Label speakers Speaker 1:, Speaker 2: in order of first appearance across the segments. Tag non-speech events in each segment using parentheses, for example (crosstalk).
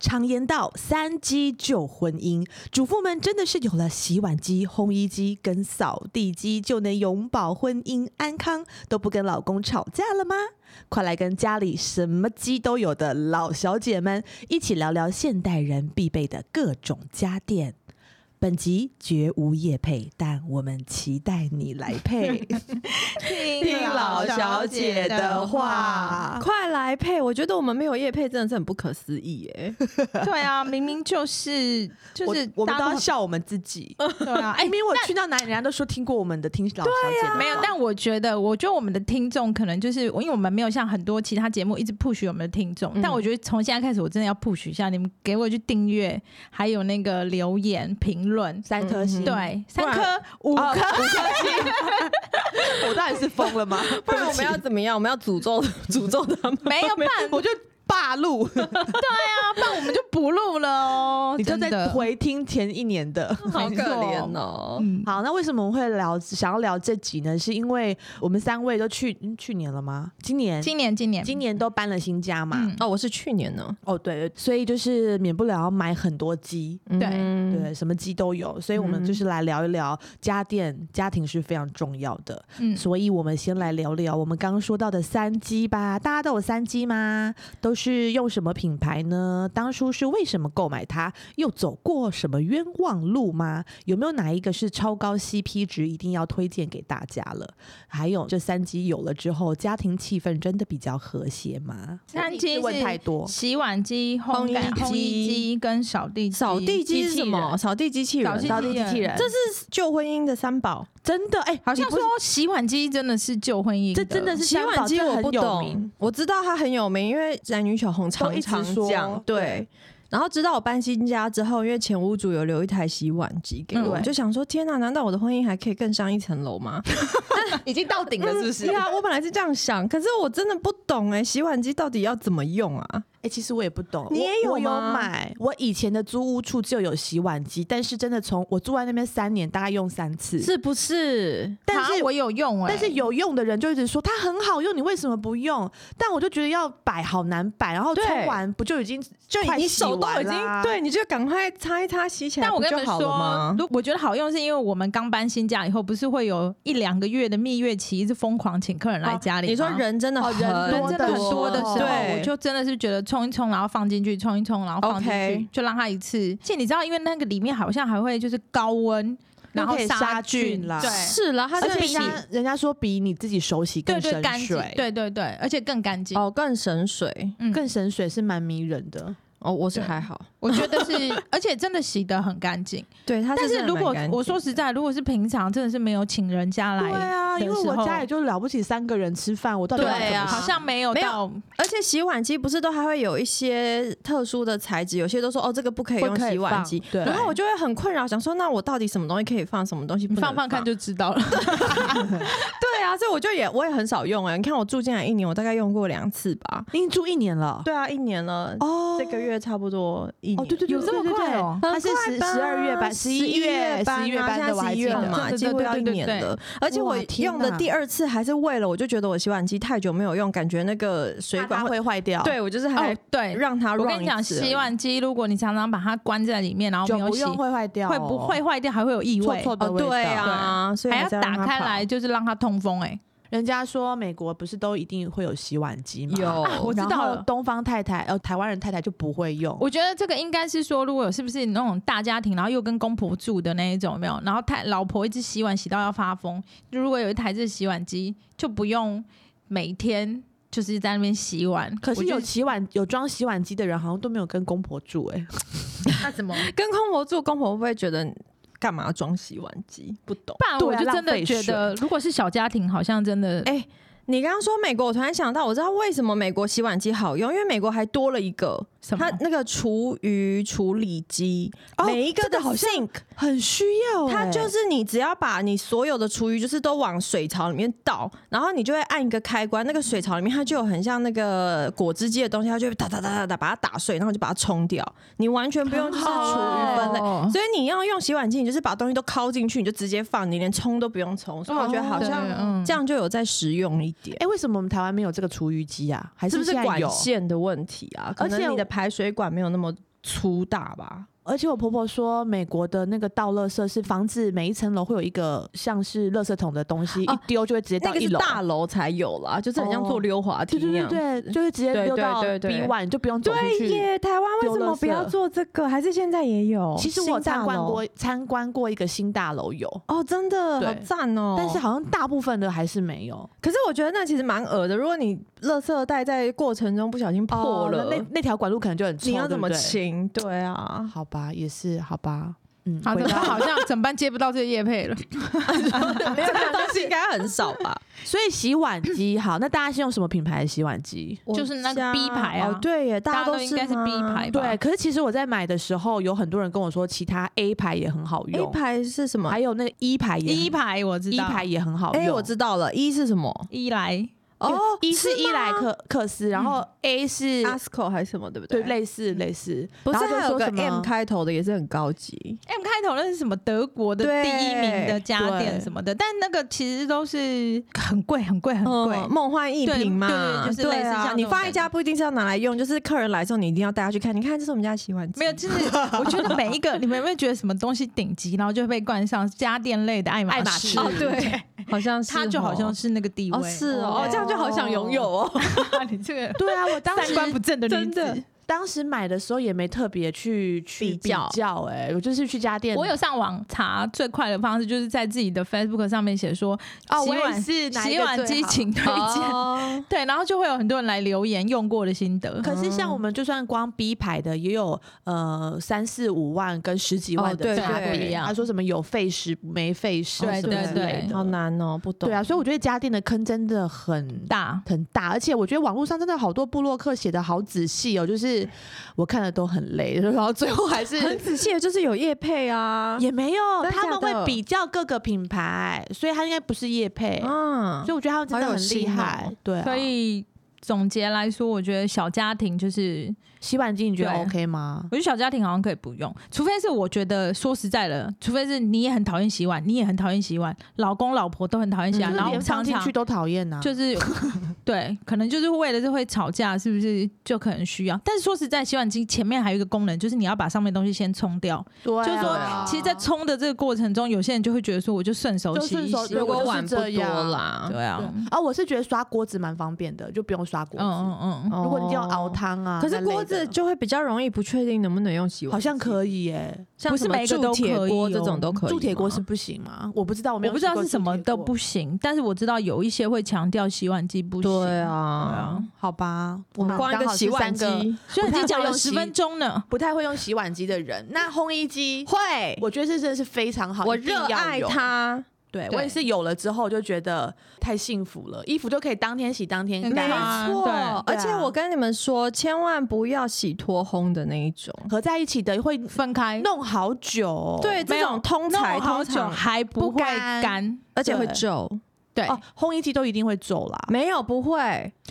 Speaker 1: 常言道“三机救婚姻”，主妇们真的是有了洗碗机、烘衣机跟扫地机，就能永保婚姻安康，都不跟老公吵架了吗？快来跟家里什么机都有的老小姐们一起聊聊现代人必备的各种家电。本集绝无夜配，但我们期待你来配。
Speaker 2: 听
Speaker 1: 话。
Speaker 3: 快来配！我觉得我们没有叶配真的是很不可思议耶。
Speaker 2: 对啊，明明就是就是
Speaker 1: (laughs) 我我们
Speaker 2: 大
Speaker 1: 都
Speaker 2: 部
Speaker 1: 要
Speaker 2: 分
Speaker 1: 笑我们自己。
Speaker 2: (laughs) 对啊，哎、啊
Speaker 1: 哎，明明我去到哪里，人家都说听过我们的，听老小姐的
Speaker 2: 没有，但我觉得，我觉得我们的听众可能就是，因为我们没有像很多其他节目一直 push 我们的听众，
Speaker 3: 嗯
Speaker 2: 但我觉得从现在开始，我真的要 push 一下，你们给我去订阅，还有那个留言评论，
Speaker 1: 三颗星，
Speaker 2: 嗯对，
Speaker 1: 不
Speaker 2: 三
Speaker 1: 然
Speaker 2: 颗五
Speaker 1: 啊
Speaker 2: 颗，
Speaker 1: 五颗
Speaker 2: (laughs)
Speaker 1: 星，我到底是疯了吗？
Speaker 3: (laughs) 不然我们要怎么样？我们要诅咒 (laughs) 诅咒他们？
Speaker 2: 没有办
Speaker 1: 我就霸录，
Speaker 2: 法，办我们就不录了哦，
Speaker 1: (laughs) 你就
Speaker 2: 真
Speaker 1: 在
Speaker 2: 的，
Speaker 1: 回听前一年的。
Speaker 3: 好
Speaker 2: 没
Speaker 3: 可
Speaker 2: 错
Speaker 3: 怜哦。
Speaker 2: 嗯，
Speaker 1: 好，那为什么我们会聊想要聊这集呢？是因为我们三位都去、嗯去年了吗？今年
Speaker 2: 今年今年
Speaker 1: 今年都搬了新家嘛？
Speaker 2: 嗯
Speaker 3: 哦，我是去年呢，
Speaker 1: 哦，对，所以就是免不了要买很多鸡，
Speaker 2: 对
Speaker 3: 嗯，
Speaker 1: 对，什么鸡都有，所以我
Speaker 2: 嗯
Speaker 1: 们就是来聊一聊家电，家庭是非常重要的。
Speaker 2: 嗯，
Speaker 1: 所以，我们先来聊聊我们刚刚说到的三机吧。大家都有三机吗？都是用什么品牌呢？当初是为什么购买它？又走过什么冤枉路吗？有没有哪一个是超高 CP 值，一定要推荐给大家了？还有，这三机有了之后，家庭气氛真的比较和谐吗？
Speaker 2: 三
Speaker 1: 我一
Speaker 2: 机
Speaker 1: 直问
Speaker 2: 是
Speaker 1: 太多，
Speaker 2: 洗碗机、烘
Speaker 3: 烘
Speaker 2: 干
Speaker 3: 衣
Speaker 2: 烘衣
Speaker 3: 机
Speaker 2: 机跟扫地机
Speaker 3: 扫地机是什么？？扫地机器人，
Speaker 2: 机器人
Speaker 1: 扫地机器人，
Speaker 3: 这是救婚姻的三宝。
Speaker 1: 真的哎、
Speaker 2: 好像
Speaker 1: 你不
Speaker 2: 说
Speaker 1: 是
Speaker 2: 洗碗机真的是救婚姻，
Speaker 1: 这真的是
Speaker 3: 洗碗机
Speaker 1: 三宝这
Speaker 3: 我不
Speaker 1: 很有名
Speaker 3: 懂，我知道它很有名，因为宅女小红常常
Speaker 1: 都一直说
Speaker 3: 讲对。然后直到我搬新家之后，因为前屋主有留一台洗碗机给我，
Speaker 2: 嗯
Speaker 3: 我就想说：天哪，难道我的婚姻还可以更上一层楼吗？
Speaker 1: 已经到顶了，是不是？
Speaker 3: 对啊，我本来是这样想，可是我真的不懂哎、洗碗机到底要怎么用啊？
Speaker 1: 哎、其实我也不懂，
Speaker 3: 你
Speaker 1: 我
Speaker 3: 也有
Speaker 1: 我有
Speaker 3: 吗
Speaker 1: 买，我以前的租屋处就有洗碗机，但是真的从我住在那边三年，大概用三次。
Speaker 2: (laughs) 是不是？
Speaker 1: 但
Speaker 2: 啊
Speaker 1: 是
Speaker 2: 我有用哎、
Speaker 1: 但是有用的人就一直说它很好用，你为什么不用？但我就觉得要摆好难摆，然后
Speaker 3: 对
Speaker 1: 冲完不就已经
Speaker 3: 就
Speaker 1: 快
Speaker 3: 你
Speaker 1: 洗
Speaker 3: 手都
Speaker 1: 完
Speaker 3: 已经
Speaker 1: 啦
Speaker 3: 对，你就赶快擦一擦，洗起来
Speaker 2: 但我
Speaker 3: 不
Speaker 2: 跟你
Speaker 3: 就
Speaker 2: 们
Speaker 3: 好了
Speaker 2: 说
Speaker 3: 吗，？
Speaker 2: 如我觉得好用，是因为我们刚搬新家以后，不是会有一两个月的蜜月期，一直疯狂请客人来家里、
Speaker 3: 你说。人真的
Speaker 1: 哦
Speaker 3: 很
Speaker 1: 人
Speaker 2: 人
Speaker 1: 多
Speaker 2: 真的很多的时候，
Speaker 3: 对
Speaker 2: 我就真的是觉得冲一冲，然后放进去，冲一冲，然后放进去
Speaker 3: OK
Speaker 2: 就让它一次。而且你知道，因为那个里面好像还会就是高温，然后
Speaker 1: 可以杀菌
Speaker 2: 菌
Speaker 1: 啦
Speaker 2: 对，
Speaker 3: 是啦，它
Speaker 1: 而且
Speaker 3: 是
Speaker 1: 人家人家说比你自己手洗更
Speaker 2: 对对
Speaker 1: 省
Speaker 2: 干净
Speaker 1: 水，，
Speaker 2: 对对对，而且更干净。
Speaker 3: 哦更省水
Speaker 2: 嗯
Speaker 1: 更省水是蛮迷人的。
Speaker 3: 哦，我是
Speaker 2: 对
Speaker 3: 还好，
Speaker 2: 我觉得是，而且真的洗得很干
Speaker 1: (laughs)
Speaker 2: 净。
Speaker 3: 对，它
Speaker 2: 但
Speaker 3: 是
Speaker 2: 是
Speaker 3: 真的
Speaker 2: 如果
Speaker 3: 蛮干净
Speaker 2: 我说实在，如果是平常真的是没有请人家嗯来
Speaker 1: 对
Speaker 2: 的时候，
Speaker 1: 啊，因为我家也就了不起三个人吃饭，我到底要
Speaker 3: 对
Speaker 1: 怎么
Speaker 3: 啊
Speaker 1: 洗
Speaker 2: 好像没有
Speaker 3: 没有
Speaker 2: 到
Speaker 3: 而且洗碗机不是都还会有一些特殊的材质，有些都说哦这个不可以
Speaker 1: 不
Speaker 3: 用
Speaker 1: 可以
Speaker 3: 洗碗
Speaker 1: 放
Speaker 3: 机，
Speaker 1: 对
Speaker 3: 然后我就会很困扰，想说那我到底什么东西可以放，什么东西不
Speaker 2: 你
Speaker 3: 能
Speaker 2: 放放看就知道了。
Speaker 3: (laughs) 对啊，所以我就也我也很少用哎、你看我住进来一年，我大概用过两次吧。
Speaker 1: 已经住一年了
Speaker 3: 对啊，一年了，
Speaker 1: 哦，
Speaker 3: 这个月差不多一
Speaker 1: (laughs)
Speaker 3: 年。
Speaker 1: 哦，对对对，
Speaker 2: 有这
Speaker 1: 对
Speaker 2: 么
Speaker 1: 对对
Speaker 2: 快哦
Speaker 1: 它是十十二月班、十一月、十
Speaker 3: 十
Speaker 1: 一月班的，我
Speaker 3: 啊
Speaker 1: 还
Speaker 3: 现在十一
Speaker 1: 记
Speaker 3: 月
Speaker 1: 得
Speaker 2: 了嘛对
Speaker 3: 嘛，
Speaker 2: 对
Speaker 3: 几乎
Speaker 2: 对
Speaker 3: 要
Speaker 2: 对
Speaker 3: 一
Speaker 2: 对
Speaker 3: 年
Speaker 2: 对
Speaker 3: 了。而且我
Speaker 1: 哇天
Speaker 3: 用的
Speaker 1: 哪
Speaker 3: 第二次还是为了，我就觉得我洗碗机太久没有用，感觉那个水
Speaker 1: 水
Speaker 3: 管
Speaker 1: 管
Speaker 3: 会，
Speaker 1: 会坏掉。
Speaker 3: 对我就是还
Speaker 1: 哎
Speaker 2: 哦，对，
Speaker 3: 让它 run
Speaker 2: 我跟你
Speaker 3: 一
Speaker 2: 讲，
Speaker 3: 次
Speaker 2: 洗
Speaker 3: 而已
Speaker 2: 碗机如果你常常把它关在里面，然后
Speaker 1: 久
Speaker 2: 没有
Speaker 1: 不
Speaker 2: 洗，
Speaker 1: 用会坏掉哦，
Speaker 2: 会不会坏掉，还会有异
Speaker 1: 臭
Speaker 2: 味，
Speaker 1: 臭的
Speaker 3: 哦，
Speaker 1: 味道？
Speaker 3: 对啊，所以
Speaker 2: 还要
Speaker 3: 是让
Speaker 2: 打
Speaker 3: 它
Speaker 2: 开
Speaker 3: 跑
Speaker 2: 来，就是让它通风。哎，
Speaker 1: 人家说美国不是都一定会有洗碗机吗？
Speaker 3: 有
Speaker 1: 啊
Speaker 2: 我知道
Speaker 1: 然后
Speaker 2: 了
Speaker 1: 东方太太呃台湾人太太就不会用。
Speaker 2: 我觉得这个应该是说，如果有是不是那种大家庭，然后又跟公婆住的那一种，有没有？然后太老婆一直洗碗洗到要发疯，如果有一台这洗碗机，就不用每天就是在那边洗碗。
Speaker 1: 可是
Speaker 2: 我觉
Speaker 1: 有
Speaker 2: 得
Speaker 1: 洗碗有装洗碗机的人，好像都没有跟公婆住哎、
Speaker 2: 那怎么？
Speaker 3: 跟公婆住，公婆会不会觉得你干嘛装洗碗机？不懂。
Speaker 2: 不然
Speaker 1: 对啊
Speaker 2: 我就真
Speaker 1: 浪
Speaker 2: 的
Speaker 1: 费
Speaker 2: 觉得，如果是小家庭，好像真的
Speaker 3: 哎你刚刚说美国，我突然想到，我知道为什么美国洗碗机好用，因为美国还多了一个，
Speaker 2: 什么
Speaker 3: 它那个厨余处理机，
Speaker 1: 哦
Speaker 3: 每一个
Speaker 1: 这
Speaker 3: 的
Speaker 1: 个好像
Speaker 3: sink，
Speaker 1: 很需要、欸
Speaker 3: 它就是是你只要把你所有的厨余就是都往水槽里面倒，然后你就会按一个开关，那个水槽里面它就有很像那个果汁机的东西，它就会哒哒哒哒哒把它打碎，然后就把它冲掉，你完全不用就是厨余分类。
Speaker 2: 哦
Speaker 3: 所以你要用洗碗机，你就是把东西都敲进去，你就直接放，你连冲都不用冲。所以我觉得好
Speaker 2: 对
Speaker 3: 像
Speaker 2: 嗯
Speaker 3: 这样就有再实用一点
Speaker 1: 哎、。为什么我们台湾没有这个厨余机啊？还
Speaker 3: 是不是
Speaker 1: 现在
Speaker 3: 管
Speaker 1: 有？
Speaker 3: 线的问题啊？可
Speaker 1: 而且
Speaker 3: 能你的排水管没有那么粗大吧？
Speaker 1: 而且我婆婆说，美国的那个倒垃圾是房子每一层楼会有一个像是垃圾桶的东西，
Speaker 3: 哦
Speaker 1: 一丢就会直接
Speaker 3: 那
Speaker 1: 到
Speaker 3: 个
Speaker 1: 一
Speaker 3: 是
Speaker 1: 楼。
Speaker 3: 大楼才有啦，就是很像
Speaker 1: 哦
Speaker 3: 坐溜滑梯
Speaker 1: 对对
Speaker 3: 那
Speaker 1: 对
Speaker 3: 样。
Speaker 1: 对，就是直接
Speaker 3: 对
Speaker 1: 丢
Speaker 3: 对
Speaker 1: 到
Speaker 3: 对
Speaker 1: B
Speaker 3: 对
Speaker 1: one 就不用走出去。
Speaker 4: 耶，台湾为什么不要做这个？还是现在也有？
Speaker 1: 其实我
Speaker 4: 新大
Speaker 1: 参观
Speaker 4: 楼
Speaker 1: 过参观过一个新大楼有，
Speaker 3: 哦，真的
Speaker 1: 对
Speaker 3: 好赞哦！
Speaker 1: 但是好像大部分的还是没有
Speaker 3: 可是我觉得那其实蛮恶的。如果你垃圾袋在过程中不小心破了，
Speaker 1: 哦那那那条管路可能就很臭，
Speaker 3: 你要怎么
Speaker 1: 对不对？
Speaker 3: 清？对啊，
Speaker 1: 好吧，也是好吧，嗯，
Speaker 2: 好
Speaker 1: 回
Speaker 2: 的，
Speaker 3: (laughs)
Speaker 1: 到
Speaker 2: 好像整班接不到这个叶配了。
Speaker 3: 没有这个东西应该很少吧？
Speaker 1: 所以洗碗机好，那大家是用什么品牌的洗碗机？
Speaker 2: 就是那个
Speaker 3: (laughs) 我家
Speaker 2: B 牌啊
Speaker 3: 哦，对耶，
Speaker 2: 大家
Speaker 3: 家
Speaker 2: 都
Speaker 3: 是
Speaker 2: 应该是
Speaker 3: 吗
Speaker 2: B 牌吧
Speaker 3: 啊
Speaker 1: 对，可是其实我在买的时候，有很多人跟我说，其他 A 牌也很好
Speaker 3: ，A
Speaker 1: 用，
Speaker 3: 牌是什么？
Speaker 1: 还有那个 E 牌也很
Speaker 2: (laughs) 一排我知
Speaker 1: 一
Speaker 2: 道，
Speaker 1: 牌也很好
Speaker 3: 哎，
Speaker 1: 用。
Speaker 3: 我知道了，一是什么？
Speaker 2: 一来
Speaker 3: 哦，
Speaker 1: 一是 E 伊莱克克斯，然后 A 是
Speaker 3: ASCO 还是什么，对不
Speaker 1: 对
Speaker 3: 嗯对？，
Speaker 1: 类似类似，
Speaker 3: 不
Speaker 1: 然
Speaker 3: 是
Speaker 1: 后就
Speaker 3: 还有
Speaker 1: 说
Speaker 3: 个
Speaker 1: 什么
Speaker 3: M 开头的也是很高级，
Speaker 2: M 哎开头那是什么德国的
Speaker 3: 对
Speaker 2: 第一名的家电
Speaker 1: 对
Speaker 2: 什么的，但那个其实都是很贵很贵很贵。
Speaker 3: 嗯梦幻一品嘛，
Speaker 2: 对对就是类似
Speaker 3: 啊
Speaker 2: 像这种
Speaker 3: 你放在
Speaker 2: 感
Speaker 3: 家
Speaker 2: 觉
Speaker 3: 不一定是要拿来用，就是客人来的时候你一定要带他去看。你看，这是我们家洗碗机，
Speaker 2: 没有，就是我觉得每一个 (laughs) 你们有没有觉得什么东西顶级，然后就会被冠上家电类的爱马
Speaker 1: 爱马
Speaker 2: 仕？
Speaker 1: 仕
Speaker 3: 哦，对，好像是
Speaker 2: 它就好像
Speaker 3: 哦
Speaker 2: 是那个地位
Speaker 3: 哦，是哦，
Speaker 2: 对
Speaker 3: 哦这样就好想拥有哦。
Speaker 2: 你这 (laughs) 个
Speaker 1: 对啊，我当
Speaker 2: 三
Speaker 1: 时
Speaker 2: 观不正的女
Speaker 3: 真的
Speaker 2: 子。
Speaker 1: 当时买的时候也没特别去去
Speaker 3: 比较
Speaker 1: 较，哎，我就是去家电，
Speaker 2: 我有上网查最快的方式，就是在自己的 Facebook 上面写说
Speaker 3: 啊
Speaker 1: 哦，
Speaker 2: 洗
Speaker 1: 我也
Speaker 2: 碗
Speaker 1: 是哪一
Speaker 2: 洗
Speaker 1: 个
Speaker 2: 碗
Speaker 1: 最
Speaker 2: 机
Speaker 1: 好
Speaker 2: 请推荐，
Speaker 3: 哦
Speaker 2: 对，然后就会有很多人来留言用过的心得。
Speaker 1: 可是像我们就算光 B 牌的也有呃三四五万跟十几万
Speaker 3: 哦
Speaker 1: 的
Speaker 3: 对
Speaker 1: 差
Speaker 3: 对
Speaker 1: 别，
Speaker 2: 对
Speaker 1: 他说什么有费时没费时
Speaker 2: 对
Speaker 1: 什么
Speaker 2: 对
Speaker 1: 之类
Speaker 2: 对
Speaker 1: 的，
Speaker 3: 好难哦，不懂。
Speaker 1: 对啊，所以我觉得家电的坑真的很
Speaker 2: 大
Speaker 1: 很大，而且我觉得网络上真的好多部落客写的好仔细哦，就是我看了都很累， (laughs) 然后最后还
Speaker 3: 很
Speaker 1: 是
Speaker 3: 仔细的，就是有业配啊，
Speaker 1: 也没有，
Speaker 3: 真的
Speaker 1: 他们
Speaker 3: 假的
Speaker 1: 会比较各个品牌，所以他应该不是业配，
Speaker 3: 啊
Speaker 1: 所以，我觉得他们真的
Speaker 3: 好有
Speaker 1: 很厉
Speaker 3: 心哦
Speaker 1: 害，对、啊。
Speaker 2: 所以总结来说，我觉得小家庭就是，
Speaker 1: 洗碗机你觉得
Speaker 2: 对
Speaker 1: OK 吗
Speaker 2: 我？觉得小家庭好像可以不用，除非是我觉得说实在的，除非是你也很讨厌洗碗，你也很讨厌洗碗，老公老婆都很讨厌洗
Speaker 3: 啊
Speaker 1: 嗯
Speaker 2: 碗，
Speaker 1: 就是
Speaker 2: 然后
Speaker 1: 连放
Speaker 2: 常
Speaker 1: 进
Speaker 2: 常
Speaker 1: 去都讨厌呐，啊
Speaker 2: 就是 (laughs) 对，可能就是为了这会吵架，是不是就可能需要？但是说实在，洗碗机前面还有一个功能，就是你要把上面东西先冲掉。
Speaker 1: 对啊
Speaker 2: 就是说，其实，在冲的这个过程中，有些人就会觉得说，我就顺手
Speaker 1: 就
Speaker 2: 洗
Speaker 1: 顺
Speaker 2: 一
Speaker 1: 手
Speaker 2: 洗，
Speaker 1: 如
Speaker 3: 如
Speaker 1: 果
Speaker 3: 果
Speaker 1: 就是
Speaker 3: 碗不
Speaker 1: 这
Speaker 3: 多
Speaker 1: 样
Speaker 3: 啦，
Speaker 2: 对
Speaker 1: 对
Speaker 2: 啊，
Speaker 1: 啊，我是觉得刷锅子蛮方便的，就不用刷锅
Speaker 2: 嗯
Speaker 1: 子。
Speaker 2: 嗯嗯，
Speaker 1: 如果你这样熬
Speaker 3: 哦，
Speaker 1: 汤啊，
Speaker 3: 可是
Speaker 1: 那类的
Speaker 3: 锅子就会比较容易不确定能不能用洗碗机，
Speaker 1: 好像可以耶，
Speaker 3: 像
Speaker 2: 不是
Speaker 3: 什么
Speaker 2: 每一个
Speaker 3: 铸
Speaker 2: 都
Speaker 3: 铁
Speaker 2: 可以
Speaker 3: 锅
Speaker 2: 哦
Speaker 3: 这种都可以吗，
Speaker 1: 铸铁锅是不行吗？啊我不知道，我没有
Speaker 2: 我不知道
Speaker 1: 吃过
Speaker 2: 是什么
Speaker 1: 铸铁
Speaker 2: 都
Speaker 1: 锅
Speaker 2: 不行，但是我知道有一些会强调洗碗机不行。
Speaker 3: 对
Speaker 2: 对
Speaker 3: 啊
Speaker 2: 啊，
Speaker 1: 好吧，我
Speaker 3: 我
Speaker 1: 们
Speaker 3: 们光一
Speaker 1: 刚
Speaker 3: 个
Speaker 1: 好
Speaker 3: 洗
Speaker 1: 是
Speaker 3: 碗
Speaker 1: 三个
Speaker 3: 机
Speaker 2: 虽然已经讲
Speaker 1: 不太
Speaker 2: 了
Speaker 1: 会
Speaker 2: 十
Speaker 1: 洗
Speaker 2: 分钟呢，
Speaker 1: 不太会用洗碗机的人，那烘衣机，
Speaker 3: 会，
Speaker 1: 我觉得这真的是非常好，
Speaker 3: 我
Speaker 1: 一定
Speaker 3: 热
Speaker 1: 要
Speaker 3: 爱
Speaker 1: 有。
Speaker 3: 它，
Speaker 1: 对
Speaker 2: 对
Speaker 1: 我也是有了之后就觉得太幸福了，衣服就可以当天洗当天
Speaker 2: 没
Speaker 1: 干，
Speaker 2: 啊
Speaker 3: 嗯没错
Speaker 2: 对。
Speaker 1: 对
Speaker 3: 而
Speaker 1: 啊
Speaker 3: 且我跟你们说，千万不要洗脱烘的那一种，
Speaker 1: 合在一起的会
Speaker 2: 分开
Speaker 1: 弄好久哦、
Speaker 3: 对，
Speaker 2: 没
Speaker 3: 这
Speaker 2: 有
Speaker 3: 种通才
Speaker 2: 弄好
Speaker 3: 通
Speaker 2: 久
Speaker 3: 常，
Speaker 2: 还不
Speaker 1: 不
Speaker 2: 会
Speaker 1: 干
Speaker 2: 干。
Speaker 3: 而且会
Speaker 1: 对
Speaker 3: 皱，
Speaker 2: 对，
Speaker 1: 哦，烘衣机都一定会皱啦。
Speaker 3: 没有不会，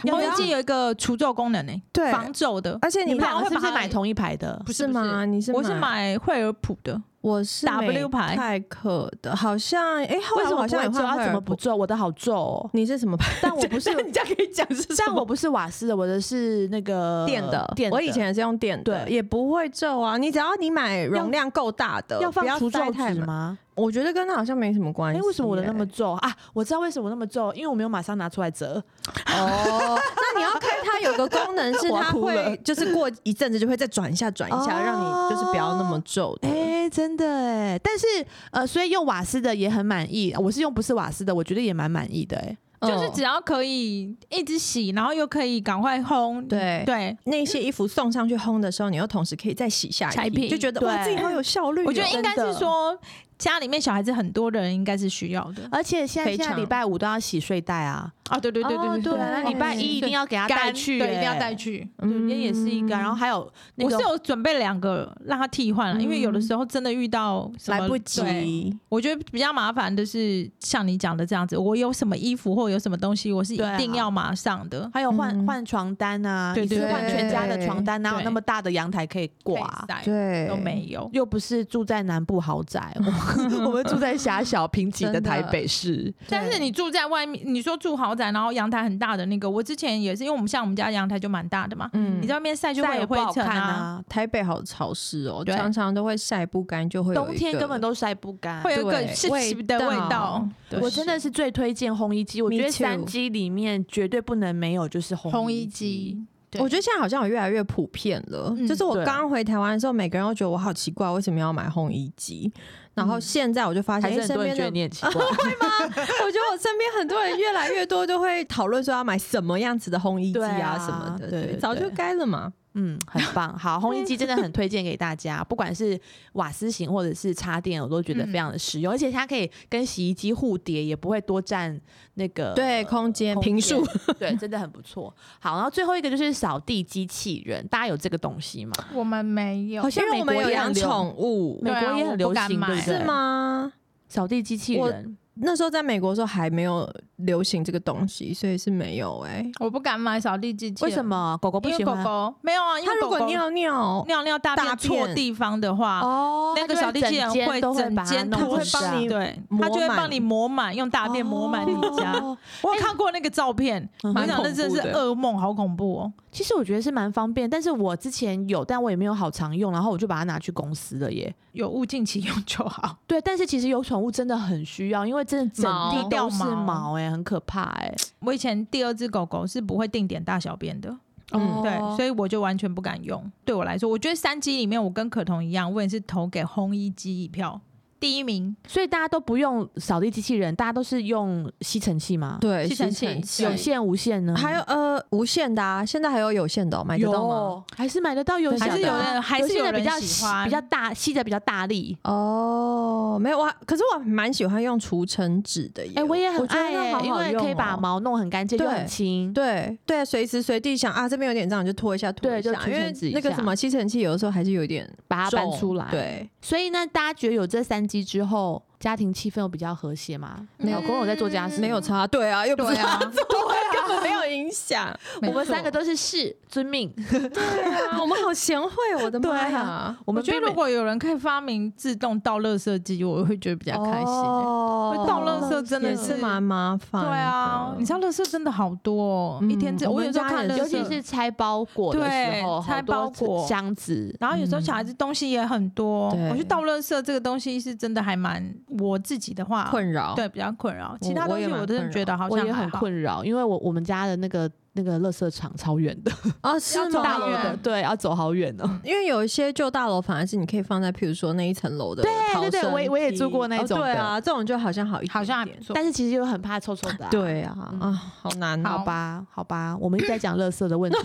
Speaker 2: 烘衣机有一个除皱功能呢，
Speaker 3: 对
Speaker 2: 防皱的。
Speaker 3: 而且
Speaker 1: 你
Speaker 3: 你
Speaker 1: 们
Speaker 3: 怕
Speaker 1: 两个
Speaker 2: 会
Speaker 1: 是不
Speaker 2: 把
Speaker 1: 是
Speaker 2: 它
Speaker 1: 买同一排的？
Speaker 2: 不
Speaker 3: 是吗？？你是
Speaker 2: 我是买惠而浦的，
Speaker 3: 我是
Speaker 2: W 牌
Speaker 3: 泰克的，好像哎，后
Speaker 1: 为什
Speaker 3: 来我
Speaker 1: 么
Speaker 3: 好像也
Speaker 1: 不会皱？它
Speaker 3: 换惠
Speaker 1: 怎
Speaker 3: 而
Speaker 1: 么不
Speaker 3: 浦？，
Speaker 1: 皱？我的好皱、 (laughs) 哦
Speaker 3: 你是什么牌？
Speaker 1: 但我
Speaker 3: (laughs)
Speaker 1: 不是，
Speaker 3: 你这样可以讲是什
Speaker 1: 但
Speaker 3: 么
Speaker 1: 我不是瓦斯的，我的是那个
Speaker 3: 电的，
Speaker 1: 呃电的
Speaker 3: 我以前也是用电的，
Speaker 1: 对
Speaker 3: 也不会皱啊。你只要你买容量够大的，
Speaker 1: 要放
Speaker 3: 不
Speaker 1: 除皱
Speaker 3: 塞太
Speaker 1: 纸
Speaker 3: 满？
Speaker 1: 吗？
Speaker 3: 我觉得跟它好像没什么关
Speaker 1: 哎、
Speaker 3: 系耶。
Speaker 1: 为什么我的那么皱啊？我知道为什么我那么皱，因为我没有马上拿出来折。
Speaker 3: 哦，那你要看它有个功能是
Speaker 1: (laughs) 我要
Speaker 3: 它
Speaker 1: 哭了
Speaker 3: 会，就是过一阵子就会再转一下转一下，
Speaker 1: 哦
Speaker 3: 让你就是不要那么皱的。
Speaker 1: 哎、真的哎，但是呃，所以用瓦斯的也很满意，我是用不是瓦斯的，我觉得也蛮满意的哎。
Speaker 2: 就是
Speaker 3: 嗯
Speaker 2: 只要可以一直洗，然后又可以赶快烘。
Speaker 3: 对
Speaker 2: 对，
Speaker 3: 那些衣服送上去烘的时候，你又同时可以再洗下
Speaker 2: 下一
Speaker 3: 一
Speaker 2: 批
Speaker 3: 批，就觉得
Speaker 1: 对
Speaker 3: 哇，自己好有效率哦。
Speaker 2: 我觉得应该
Speaker 1: 真的
Speaker 2: 是说家里面小孩子很多的人应该是需要的。
Speaker 1: 而且现在
Speaker 3: 非
Speaker 1: 现在礼
Speaker 3: 常
Speaker 1: 拜五都要洗睡袋啊，
Speaker 2: 哦，对对对对
Speaker 3: 哦
Speaker 1: 对
Speaker 3: 对
Speaker 1: 啊，那礼
Speaker 3: 对
Speaker 1: 拜一一定要给他带
Speaker 2: 干
Speaker 1: 去哎，
Speaker 2: 对，一定要带去。
Speaker 1: 对。今天也是一
Speaker 3: 嗯
Speaker 1: 个啊，然后还有那个
Speaker 2: 我是有准备两个让他替换了，因为有的时候真的遇到什么
Speaker 3: 来不。
Speaker 2: 对
Speaker 3: 及。
Speaker 2: 我觉得比较麻烦的是像你讲的这样子，我有什么衣服或有什么东西，我是一
Speaker 1: 对啊
Speaker 2: 定要马上的。
Speaker 1: 还有换
Speaker 3: 嗯
Speaker 1: 换床单啊，
Speaker 2: 对
Speaker 1: 一次
Speaker 2: 对
Speaker 1: 换全家的
Speaker 3: 对
Speaker 1: 床单，哪有
Speaker 2: 对
Speaker 1: 那么大的阳台可以挂
Speaker 2: 可以
Speaker 1: 啊？
Speaker 2: 塞
Speaker 3: 对，
Speaker 2: 都没有。
Speaker 1: 又不是住在南部豪宅，我
Speaker 2: (laughs)
Speaker 1: 我们住在狭小贫瘠的
Speaker 3: 真的
Speaker 1: 台北市，
Speaker 2: 但是你住在外面，你说住豪宅，然后阳台很大的那个，我之前也是，因为我们像我们家阳台就蛮大的嘛，
Speaker 3: 嗯
Speaker 2: 你在外面晒就
Speaker 1: 再
Speaker 2: 会
Speaker 1: 也
Speaker 2: 有
Speaker 1: 不
Speaker 2: 灰
Speaker 1: 好
Speaker 2: 尘
Speaker 1: 看
Speaker 2: 啊，
Speaker 1: 啊。
Speaker 3: 台北好潮湿哦，
Speaker 2: 对
Speaker 3: 常常都会晒不干，就会有
Speaker 1: 冬天根本
Speaker 3: 都
Speaker 1: 都晒不干，
Speaker 2: 会有一个
Speaker 3: 对
Speaker 2: 湿湿的
Speaker 3: 味
Speaker 2: 味
Speaker 3: 道
Speaker 2: 道。对
Speaker 1: 我真的是最推荐烘衣机，我
Speaker 3: Me
Speaker 1: 觉得
Speaker 3: too
Speaker 1: 三机里面绝对不能没有就是烘
Speaker 2: 烘衣
Speaker 1: 衣
Speaker 2: 机。，对
Speaker 3: 我觉得现在好像有越来越普遍了。
Speaker 2: 嗯
Speaker 3: 就是我
Speaker 1: 对啊
Speaker 3: 刚回台湾的时候，每个人都觉得我好奇怪，为什么要买烘衣机？然后现在我就发
Speaker 1: 嗯
Speaker 3: 现，
Speaker 1: 还
Speaker 3: 哎
Speaker 1: 是很
Speaker 3: 身
Speaker 1: 多人
Speaker 3: 边
Speaker 1: 觉得
Speaker 3: 的，
Speaker 1: 你很奇怪，
Speaker 3: 我觉得我身边很多人越来越多就会讨论说要买什么样子的烘衣机
Speaker 1: 对啊
Speaker 3: 什么的，
Speaker 1: 对对
Speaker 3: 对，早就
Speaker 1: 对
Speaker 3: 该了嘛。
Speaker 1: 嗯，很棒。好，烘衣机真的很推荐给大家，不管是瓦斯型或者是插电，我都觉得非常的实用，而且它可以跟洗衣机互叠，也不会多占那个
Speaker 3: 对，空间
Speaker 1: 呃空
Speaker 3: 平数，
Speaker 1: 对，真的很不错。好，然后最后一个就是扫地机器人，大家有这个东西吗？
Speaker 2: 我们没有
Speaker 1: 好，
Speaker 3: 因
Speaker 1: 像
Speaker 3: 为
Speaker 1: 美
Speaker 3: 我们
Speaker 1: 国
Speaker 3: 有
Speaker 1: 也
Speaker 3: 养
Speaker 1: 很流
Speaker 3: 宠物
Speaker 1: 美，
Speaker 2: 对啊
Speaker 1: 国也很流行，
Speaker 2: 我不敢
Speaker 1: 对不
Speaker 2: 买
Speaker 1: 对？
Speaker 3: 是？吗？
Speaker 1: 扫地机器
Speaker 3: 我
Speaker 1: 人，
Speaker 3: 那时候在美国的时候还没有流行这个东西，所以是没有哎、
Speaker 2: 我不敢买扫地机器人。
Speaker 1: 为什？么狗狗不
Speaker 2: 因为
Speaker 1: 喜
Speaker 2: 狗
Speaker 1: 欢？
Speaker 2: 狗没有啊，因
Speaker 3: 它
Speaker 2: 为
Speaker 3: 如
Speaker 2: 狗
Speaker 3: 果
Speaker 2: 狗
Speaker 3: 尿尿，
Speaker 2: 尿尿大
Speaker 3: 大
Speaker 2: 便
Speaker 3: 便
Speaker 2: 错地方的话，
Speaker 1: 哦
Speaker 2: 那个扫地机器人
Speaker 1: 会
Speaker 2: 整
Speaker 1: 会把
Speaker 2: 间，
Speaker 1: 弄
Speaker 2: 它会
Speaker 1: 湿啊
Speaker 2: 帮你，对，
Speaker 3: 抹
Speaker 2: 它就会
Speaker 3: 满
Speaker 2: 帮你抹满，用大便抹满你家。
Speaker 1: 哦
Speaker 2: 我有看过那个照片，
Speaker 1: 嗯
Speaker 2: 我
Speaker 1: 哼
Speaker 2: 想那真的是噩梦，好恐怖哦！
Speaker 1: 其实我觉得是蛮方便，但是我之前有，但我也没有好常用，然后我就把它拿去公司了耶。
Speaker 2: 有物尽其用就好。 (laughs)
Speaker 1: 对，但是其实有宠物真的很需要，因为真的整地
Speaker 3: 毛
Speaker 1: 都是
Speaker 2: 掉毛
Speaker 1: 毛哎、很可怕哎、
Speaker 2: 我以前第二只狗狗是不会定点大小便的，
Speaker 3: 嗯
Speaker 1: 哦
Speaker 2: 对，所以我就完全不敢用。对我来说，我觉得三机里面，我跟可彤一样，我也是投给烘衣机一票，第一名。
Speaker 1: 所以大家都不用扫地机器人，大家都是用吸尘器吗？，
Speaker 3: 对，
Speaker 2: 吸尘器
Speaker 3: 器
Speaker 1: 有线无线呢？
Speaker 3: 还有呃无线的、啊，现在还有有线的、哦，买得到吗？
Speaker 1: 有，还是买得到有线
Speaker 3: 还
Speaker 1: 的，
Speaker 3: 是有
Speaker 2: 人还是
Speaker 1: 有线
Speaker 2: 有
Speaker 1: 的比
Speaker 2: 人
Speaker 1: 较
Speaker 2: 喜欢
Speaker 1: 比较大，吸的比较大力。
Speaker 3: 哦，没有我还，可是我蛮喜欢用除尘纸的耶。
Speaker 1: 哎、我也很
Speaker 3: 觉得
Speaker 1: 爱
Speaker 3: 那
Speaker 1: 耶、
Speaker 3: 好好
Speaker 1: 因为
Speaker 3: 用
Speaker 1: 可以把
Speaker 3: 哦
Speaker 1: 毛弄很干净，又很
Speaker 3: 对
Speaker 1: 轻。
Speaker 3: 对对，随时随地想啊，这边有点脏，你就拖一下，拖
Speaker 1: 对
Speaker 3: 一下，
Speaker 1: 就除
Speaker 3: 因为
Speaker 1: 尘纸一
Speaker 3: 那个
Speaker 1: 下
Speaker 3: 什么吸尘器有的时候还是有点
Speaker 1: 把它搬
Speaker 3: 重
Speaker 1: 出来
Speaker 3: 对，
Speaker 1: 所以呢，大家觉得有这三机之后，家庭气氛有比较和谐吗？
Speaker 2: 没有
Speaker 1: 老公有在做家事，
Speaker 3: 嗯没有。差，对啊，又不是 (laughs)
Speaker 2: 对 (laughs) 啊
Speaker 3: 他做的，
Speaker 1: (laughs)
Speaker 3: 根本没有影响。
Speaker 1: 我们三个
Speaker 2: 都，
Speaker 1: 都是是遵命，
Speaker 3: 我们好贤惠，我的妈
Speaker 1: 对啊
Speaker 3: 呀！
Speaker 1: 我
Speaker 2: 我
Speaker 1: 们
Speaker 2: 觉得
Speaker 1: 并没
Speaker 2: 如果有人可以发明自动倒垃圾机，我会觉得比较开心、欸。
Speaker 3: 哦
Speaker 2: 倒垃圾真的
Speaker 3: 也
Speaker 2: 是
Speaker 3: 是蛮麻
Speaker 2: 对
Speaker 3: 烦的。
Speaker 2: 啊，你知道垃圾真的好多哦，
Speaker 3: 嗯
Speaker 2: 一天只
Speaker 3: 我
Speaker 2: 我
Speaker 3: 们
Speaker 2: 有时候
Speaker 3: 家
Speaker 2: 看
Speaker 3: 也
Speaker 2: 垃圾，
Speaker 1: 尤其是拆包裹的时
Speaker 2: 对
Speaker 1: 候，好
Speaker 2: 拆
Speaker 1: 多
Speaker 2: 包裹
Speaker 1: 箱子，
Speaker 2: 然后有时候小孩子东西也很多，
Speaker 3: 对
Speaker 2: 我觉得倒垃圾这个东西是真的还蛮我自己的话
Speaker 3: 困扰？
Speaker 2: 对比较困扰，其
Speaker 3: 我
Speaker 2: 他
Speaker 3: 我
Speaker 2: 东
Speaker 3: 也
Speaker 2: 西
Speaker 3: 蛮
Speaker 2: 我真的
Speaker 3: 困
Speaker 2: 觉得好
Speaker 1: 我
Speaker 2: 像
Speaker 1: 也很
Speaker 2: 还好。
Speaker 1: 困扰，因为我我们家的那个那个垃圾场超远的，
Speaker 3: 啊，是
Speaker 2: 走
Speaker 1: 大
Speaker 2: 好
Speaker 3: 吗
Speaker 1: 楼？
Speaker 2: 远
Speaker 1: 的，对，要走好远哦。
Speaker 3: 因为有一些旧大楼反而是你可以放在，譬如说那一层楼的逃生梯。
Speaker 1: 对对我也我也住过那
Speaker 3: 哦
Speaker 1: 种的
Speaker 3: 对啊，这种就好像好一点点，
Speaker 2: 好像还不错，
Speaker 1: 但是其实又很怕臭臭的、，
Speaker 3: 对啊
Speaker 1: 嗯
Speaker 3: 啊，好难
Speaker 1: 好
Speaker 3: 哦。
Speaker 1: 吧，好吧，我们一直在讲垃圾的问
Speaker 2: (laughs)
Speaker 1: 题，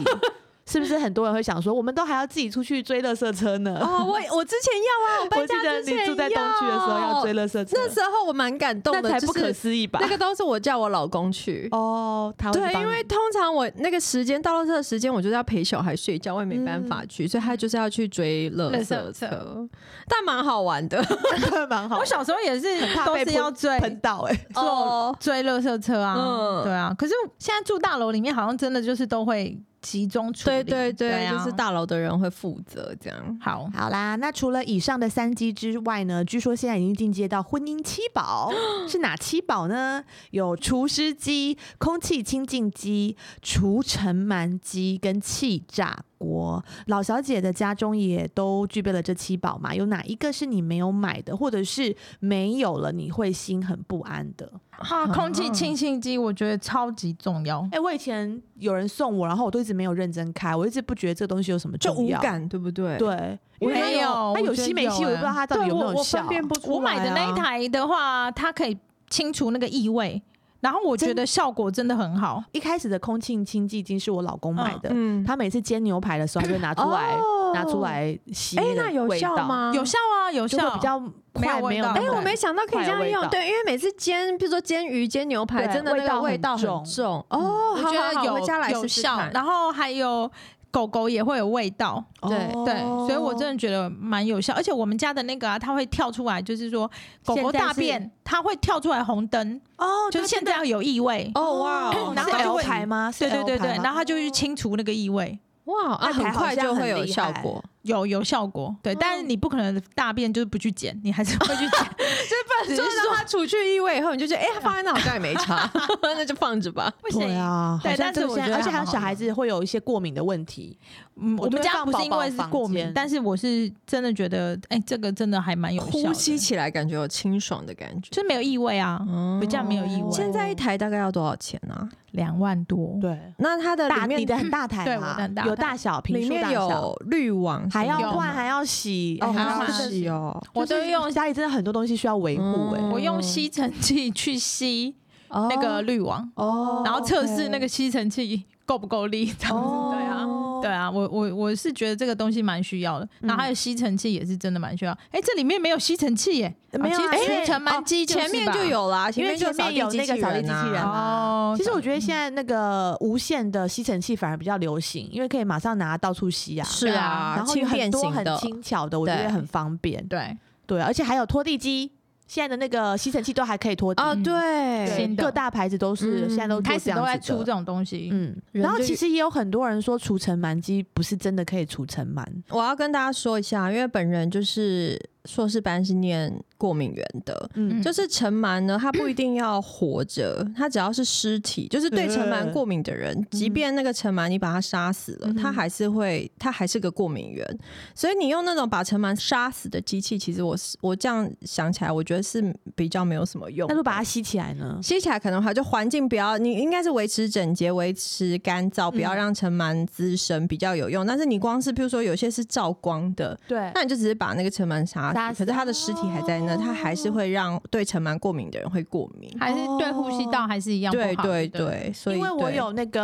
Speaker 1: 是不是很多人会想说，我们都还要自己出去追垃圾车呢？
Speaker 3: 哦，我我之前要啊，我
Speaker 1: 我
Speaker 3: 搬
Speaker 1: 记
Speaker 3: 家
Speaker 1: 得
Speaker 3: 之前
Speaker 1: 你住在东区的时候要追垃圾车，
Speaker 3: 那时候我蛮感动
Speaker 1: 那
Speaker 3: 的，
Speaker 1: 才
Speaker 3: 就
Speaker 1: 不可
Speaker 3: 是
Speaker 1: 思议吧？
Speaker 3: 那个都是我叫我老公去。
Speaker 1: 哦，他会
Speaker 3: 对，
Speaker 1: 帮
Speaker 3: 因为
Speaker 1: 你
Speaker 3: 通常我那个时间到了这个时间，我就是要陪小孩睡觉，我也没办法去，
Speaker 1: 嗯
Speaker 3: 所以他就是要去追乐
Speaker 2: 垃圾
Speaker 3: 色
Speaker 2: 车
Speaker 3: 车，但蛮好玩的
Speaker 1: (laughs) 蛮好
Speaker 2: 我，小时候也是
Speaker 1: 怕
Speaker 2: 都
Speaker 1: 被
Speaker 2: 是要追
Speaker 1: 喷到哎、
Speaker 3: (laughs) 哦。
Speaker 2: 追垃圾车啊，
Speaker 3: 嗯
Speaker 2: 对啊。可是现在住大楼里面，好像真的就是都会集中处理，
Speaker 3: 对对对，
Speaker 2: 啊、
Speaker 3: 就是大楼的人会负责这样。
Speaker 2: 好。
Speaker 1: 哦好啦，那除了以上的三基之外呢，据说现在已经进阶到婚姻七宝，是哪七宝呢？有除湿机、空气清净机、除尘螨机跟气炸锅。老小姐的家中也都具备了这七宝嘛？有哪一个是你没有买的，或者是没有了你会心很不安的？
Speaker 2: 啊，空气清新机我觉得超级重要
Speaker 1: 哎、。我以前有人送我，然后我都一直没有认真开，我一直不觉得这个东西有什么
Speaker 3: 就
Speaker 1: 重
Speaker 3: 无
Speaker 1: 要。
Speaker 3: 感，对不对？，
Speaker 1: 对，因为它
Speaker 2: 没有
Speaker 1: 它有
Speaker 2: 我觉得
Speaker 1: 吸没吸，
Speaker 2: 有
Speaker 1: 我不知道
Speaker 2: 哎
Speaker 1: 它到底
Speaker 2: 对
Speaker 1: 有没
Speaker 2: 我
Speaker 1: 有
Speaker 2: 我
Speaker 1: 效
Speaker 2: 分。辨
Speaker 3: 不出来啊
Speaker 2: 我买的那一台的话，它可以清除那个异味，然后我觉得效果真的很好。
Speaker 1: 一开始的空气清净机是我老公买的，
Speaker 3: 嗯，
Speaker 1: 他每次煎牛排的时候，他就拿出来、
Speaker 3: 哦
Speaker 1: 拿出。来吸
Speaker 3: 哎
Speaker 1: 个味，道。
Speaker 3: 那有效吗？
Speaker 2: 有效啊，有
Speaker 1: 就
Speaker 2: 效
Speaker 1: 会比较快，
Speaker 2: 没
Speaker 1: 没
Speaker 2: 有味道
Speaker 1: 有。
Speaker 2: 哎
Speaker 3: 哎，我没想到可以这样
Speaker 1: 快有味道
Speaker 3: 用，对，因为每次煎，比如说煎鱼、煎牛排，
Speaker 1: 对
Speaker 3: 真的那个
Speaker 1: 味
Speaker 3: 味
Speaker 1: 道
Speaker 3: 道
Speaker 1: 很
Speaker 3: 很
Speaker 1: 重
Speaker 3: 重哦。
Speaker 2: 我
Speaker 3: 好
Speaker 2: 觉
Speaker 3: 好
Speaker 2: 得
Speaker 3: 好
Speaker 2: 有
Speaker 3: 回家来
Speaker 2: 有
Speaker 3: 试试
Speaker 2: 效，
Speaker 3: 看
Speaker 2: 然后还有狗狗也会有味道。
Speaker 3: 对
Speaker 1: 哦
Speaker 2: 对，所以我真的觉得蛮有效。而且我们家的那个啊，它会跳出来，就是说狗狗
Speaker 3: 现在是
Speaker 2: 大便，它会跳出来红灯，
Speaker 1: 哦，
Speaker 2: 就是现在有异味。
Speaker 3: 哦哇哦，
Speaker 2: 然后
Speaker 1: 是 (laughs)
Speaker 2: 它就
Speaker 1: L
Speaker 2: 会
Speaker 1: 牌吗？是
Speaker 2: 对对
Speaker 1: L
Speaker 2: 对
Speaker 1: 牌
Speaker 2: 对，
Speaker 1: 吗
Speaker 2: 然后它就会去清除那个异味。
Speaker 3: 哇，啊，
Speaker 1: 那台
Speaker 3: 很
Speaker 1: 好
Speaker 3: 快
Speaker 1: 像
Speaker 3: 就
Speaker 1: 很
Speaker 3: 会有
Speaker 1: 厉
Speaker 3: 效
Speaker 1: 害
Speaker 3: 果。
Speaker 2: 有有效果，对，但
Speaker 1: 哦
Speaker 2: 是你不可能大便就是不去捡，你还是会去捡，
Speaker 3: (laughs) 只是让它除去异味以后，你就觉得哎，它放在那好像也没差， (laughs) 那就放着吧。
Speaker 2: 不
Speaker 1: (laughs) 对
Speaker 2: 行。
Speaker 1: 啊，
Speaker 2: 对
Speaker 1: 好像
Speaker 2: 但是
Speaker 1: 真的
Speaker 2: 我
Speaker 1: 现
Speaker 2: 觉
Speaker 1: 在
Speaker 2: 得
Speaker 1: 而且还
Speaker 2: 还
Speaker 1: 有
Speaker 2: 蛮好
Speaker 1: 小孩
Speaker 2: 用
Speaker 1: 子会有一些过敏的问题，
Speaker 2: 嗯，
Speaker 1: 我
Speaker 2: 我
Speaker 1: 都
Speaker 2: 们
Speaker 1: 会
Speaker 2: 家
Speaker 1: 放
Speaker 2: 不是
Speaker 1: 宝
Speaker 2: 因
Speaker 1: 宝
Speaker 2: 为是
Speaker 1: 房
Speaker 2: 过敏
Speaker 1: 间，
Speaker 2: 但是我是真的觉得，哎，这个真的还蛮有效
Speaker 3: 呼
Speaker 2: 的，
Speaker 3: 吸起来感觉有清爽的感觉。
Speaker 2: 就是没有异味啊，
Speaker 3: 嗯
Speaker 2: 比较没有异
Speaker 1: 哦
Speaker 2: 味。
Speaker 3: 现在一台大概要多少钱啊？
Speaker 2: 两万多，
Speaker 1: 对，
Speaker 3: 那它的
Speaker 1: 大
Speaker 3: 里
Speaker 1: 你
Speaker 3: 面
Speaker 1: 的很大台
Speaker 2: 对
Speaker 1: 嘛
Speaker 2: 我的很大
Speaker 1: 有
Speaker 2: 台
Speaker 1: 大小，平
Speaker 3: 里
Speaker 1: 数
Speaker 3: 面
Speaker 1: 大小，
Speaker 3: 有滤网，
Speaker 1: 还要
Speaker 2: 有
Speaker 1: 换，还要洗，
Speaker 3: 哦，
Speaker 1: 哎
Speaker 3: 还
Speaker 2: 还
Speaker 3: 要
Speaker 2: 要
Speaker 1: 真的
Speaker 3: 洗
Speaker 1: 是
Speaker 3: 哦。
Speaker 2: 我
Speaker 1: 就
Speaker 2: 都
Speaker 1: 是
Speaker 2: 用
Speaker 1: 家里真的很多东西需要维护哎
Speaker 3: 嗯。
Speaker 2: 我用吸尘器去吸
Speaker 1: 欸
Speaker 2: 那个滤网，
Speaker 1: 哦哦
Speaker 2: 然后测试那个吸尘器够不够力，这样子。对啊，对啊，我我我是觉得这个东西蛮需要的。然后还有吸尘器也是真的蛮需要。哎，这里面没有吸尘器耶，
Speaker 1: 没有啊
Speaker 2: 哦其
Speaker 1: 因
Speaker 2: 实
Speaker 1: 为
Speaker 2: 除尘
Speaker 1: 哦
Speaker 2: 螨机
Speaker 3: 前面就有啦，
Speaker 1: 因为
Speaker 3: 就
Speaker 1: 前面有那个扫地机器人啊
Speaker 3: 啊。
Speaker 2: 哦。
Speaker 1: 其实我觉得现在那个无线的吸尘器反而比较流行，因为可以马上拿到处吸啊。
Speaker 3: 是
Speaker 2: 对啊
Speaker 3: 啊，
Speaker 1: 然后有
Speaker 3: 轻
Speaker 1: 很
Speaker 3: 便
Speaker 1: 多
Speaker 3: 型
Speaker 1: 很
Speaker 3: 的，
Speaker 1: 轻巧的，我觉得
Speaker 3: 对
Speaker 1: 很方便。
Speaker 2: 对
Speaker 1: 对，啊而且还有拖地机，现在的那个吸尘器都还可以拖地。
Speaker 3: 啊，
Speaker 2: 嗯
Speaker 1: 哦对
Speaker 3: 对
Speaker 2: 新的
Speaker 1: 各大牌子都是、
Speaker 3: 嗯
Speaker 1: 现在都做
Speaker 2: 开始
Speaker 1: 这样
Speaker 2: 都在
Speaker 1: 子
Speaker 2: 出
Speaker 1: 的
Speaker 2: 这种东西。
Speaker 1: 嗯，
Speaker 3: 人
Speaker 1: 然后
Speaker 3: 就
Speaker 1: 其
Speaker 3: 是
Speaker 1: 实也有很多人说除尘螨机不是真的可以除尘螨，
Speaker 3: 我要跟大家说一下，因为本人就是硕士班是念过敏源的。
Speaker 1: 嗯
Speaker 2: 嗯
Speaker 3: 就是尘螨呢，它不一定要活着，它只要是尸体，就是对尘螨过敏的人，即便那个尘螨你把它杀死了，它还是会，它还是个过敏源。所以你用那种把尘螨杀死的机器，其实我是我这样想起来，我觉得是比较没有什么用的。
Speaker 1: 那如果把它吸起来呢？
Speaker 3: 吸起来可能还就环境不要，你应该是维持整洁、维持干燥，不要让尘螨滋生比较有用。但是你光是譬如说有些是照光的，
Speaker 1: 对
Speaker 3: 那你就只是把那个尘螨杀
Speaker 1: 杀死
Speaker 3: 死，可是它的尸体还在那，它还是会让对尘螨过敏的人会过敏。
Speaker 2: 还是对呼吸道还是一样不
Speaker 3: 对
Speaker 2: 好对
Speaker 3: 对
Speaker 2: 不对，
Speaker 3: 对，所以
Speaker 1: 因为我
Speaker 3: 对
Speaker 1: 有那个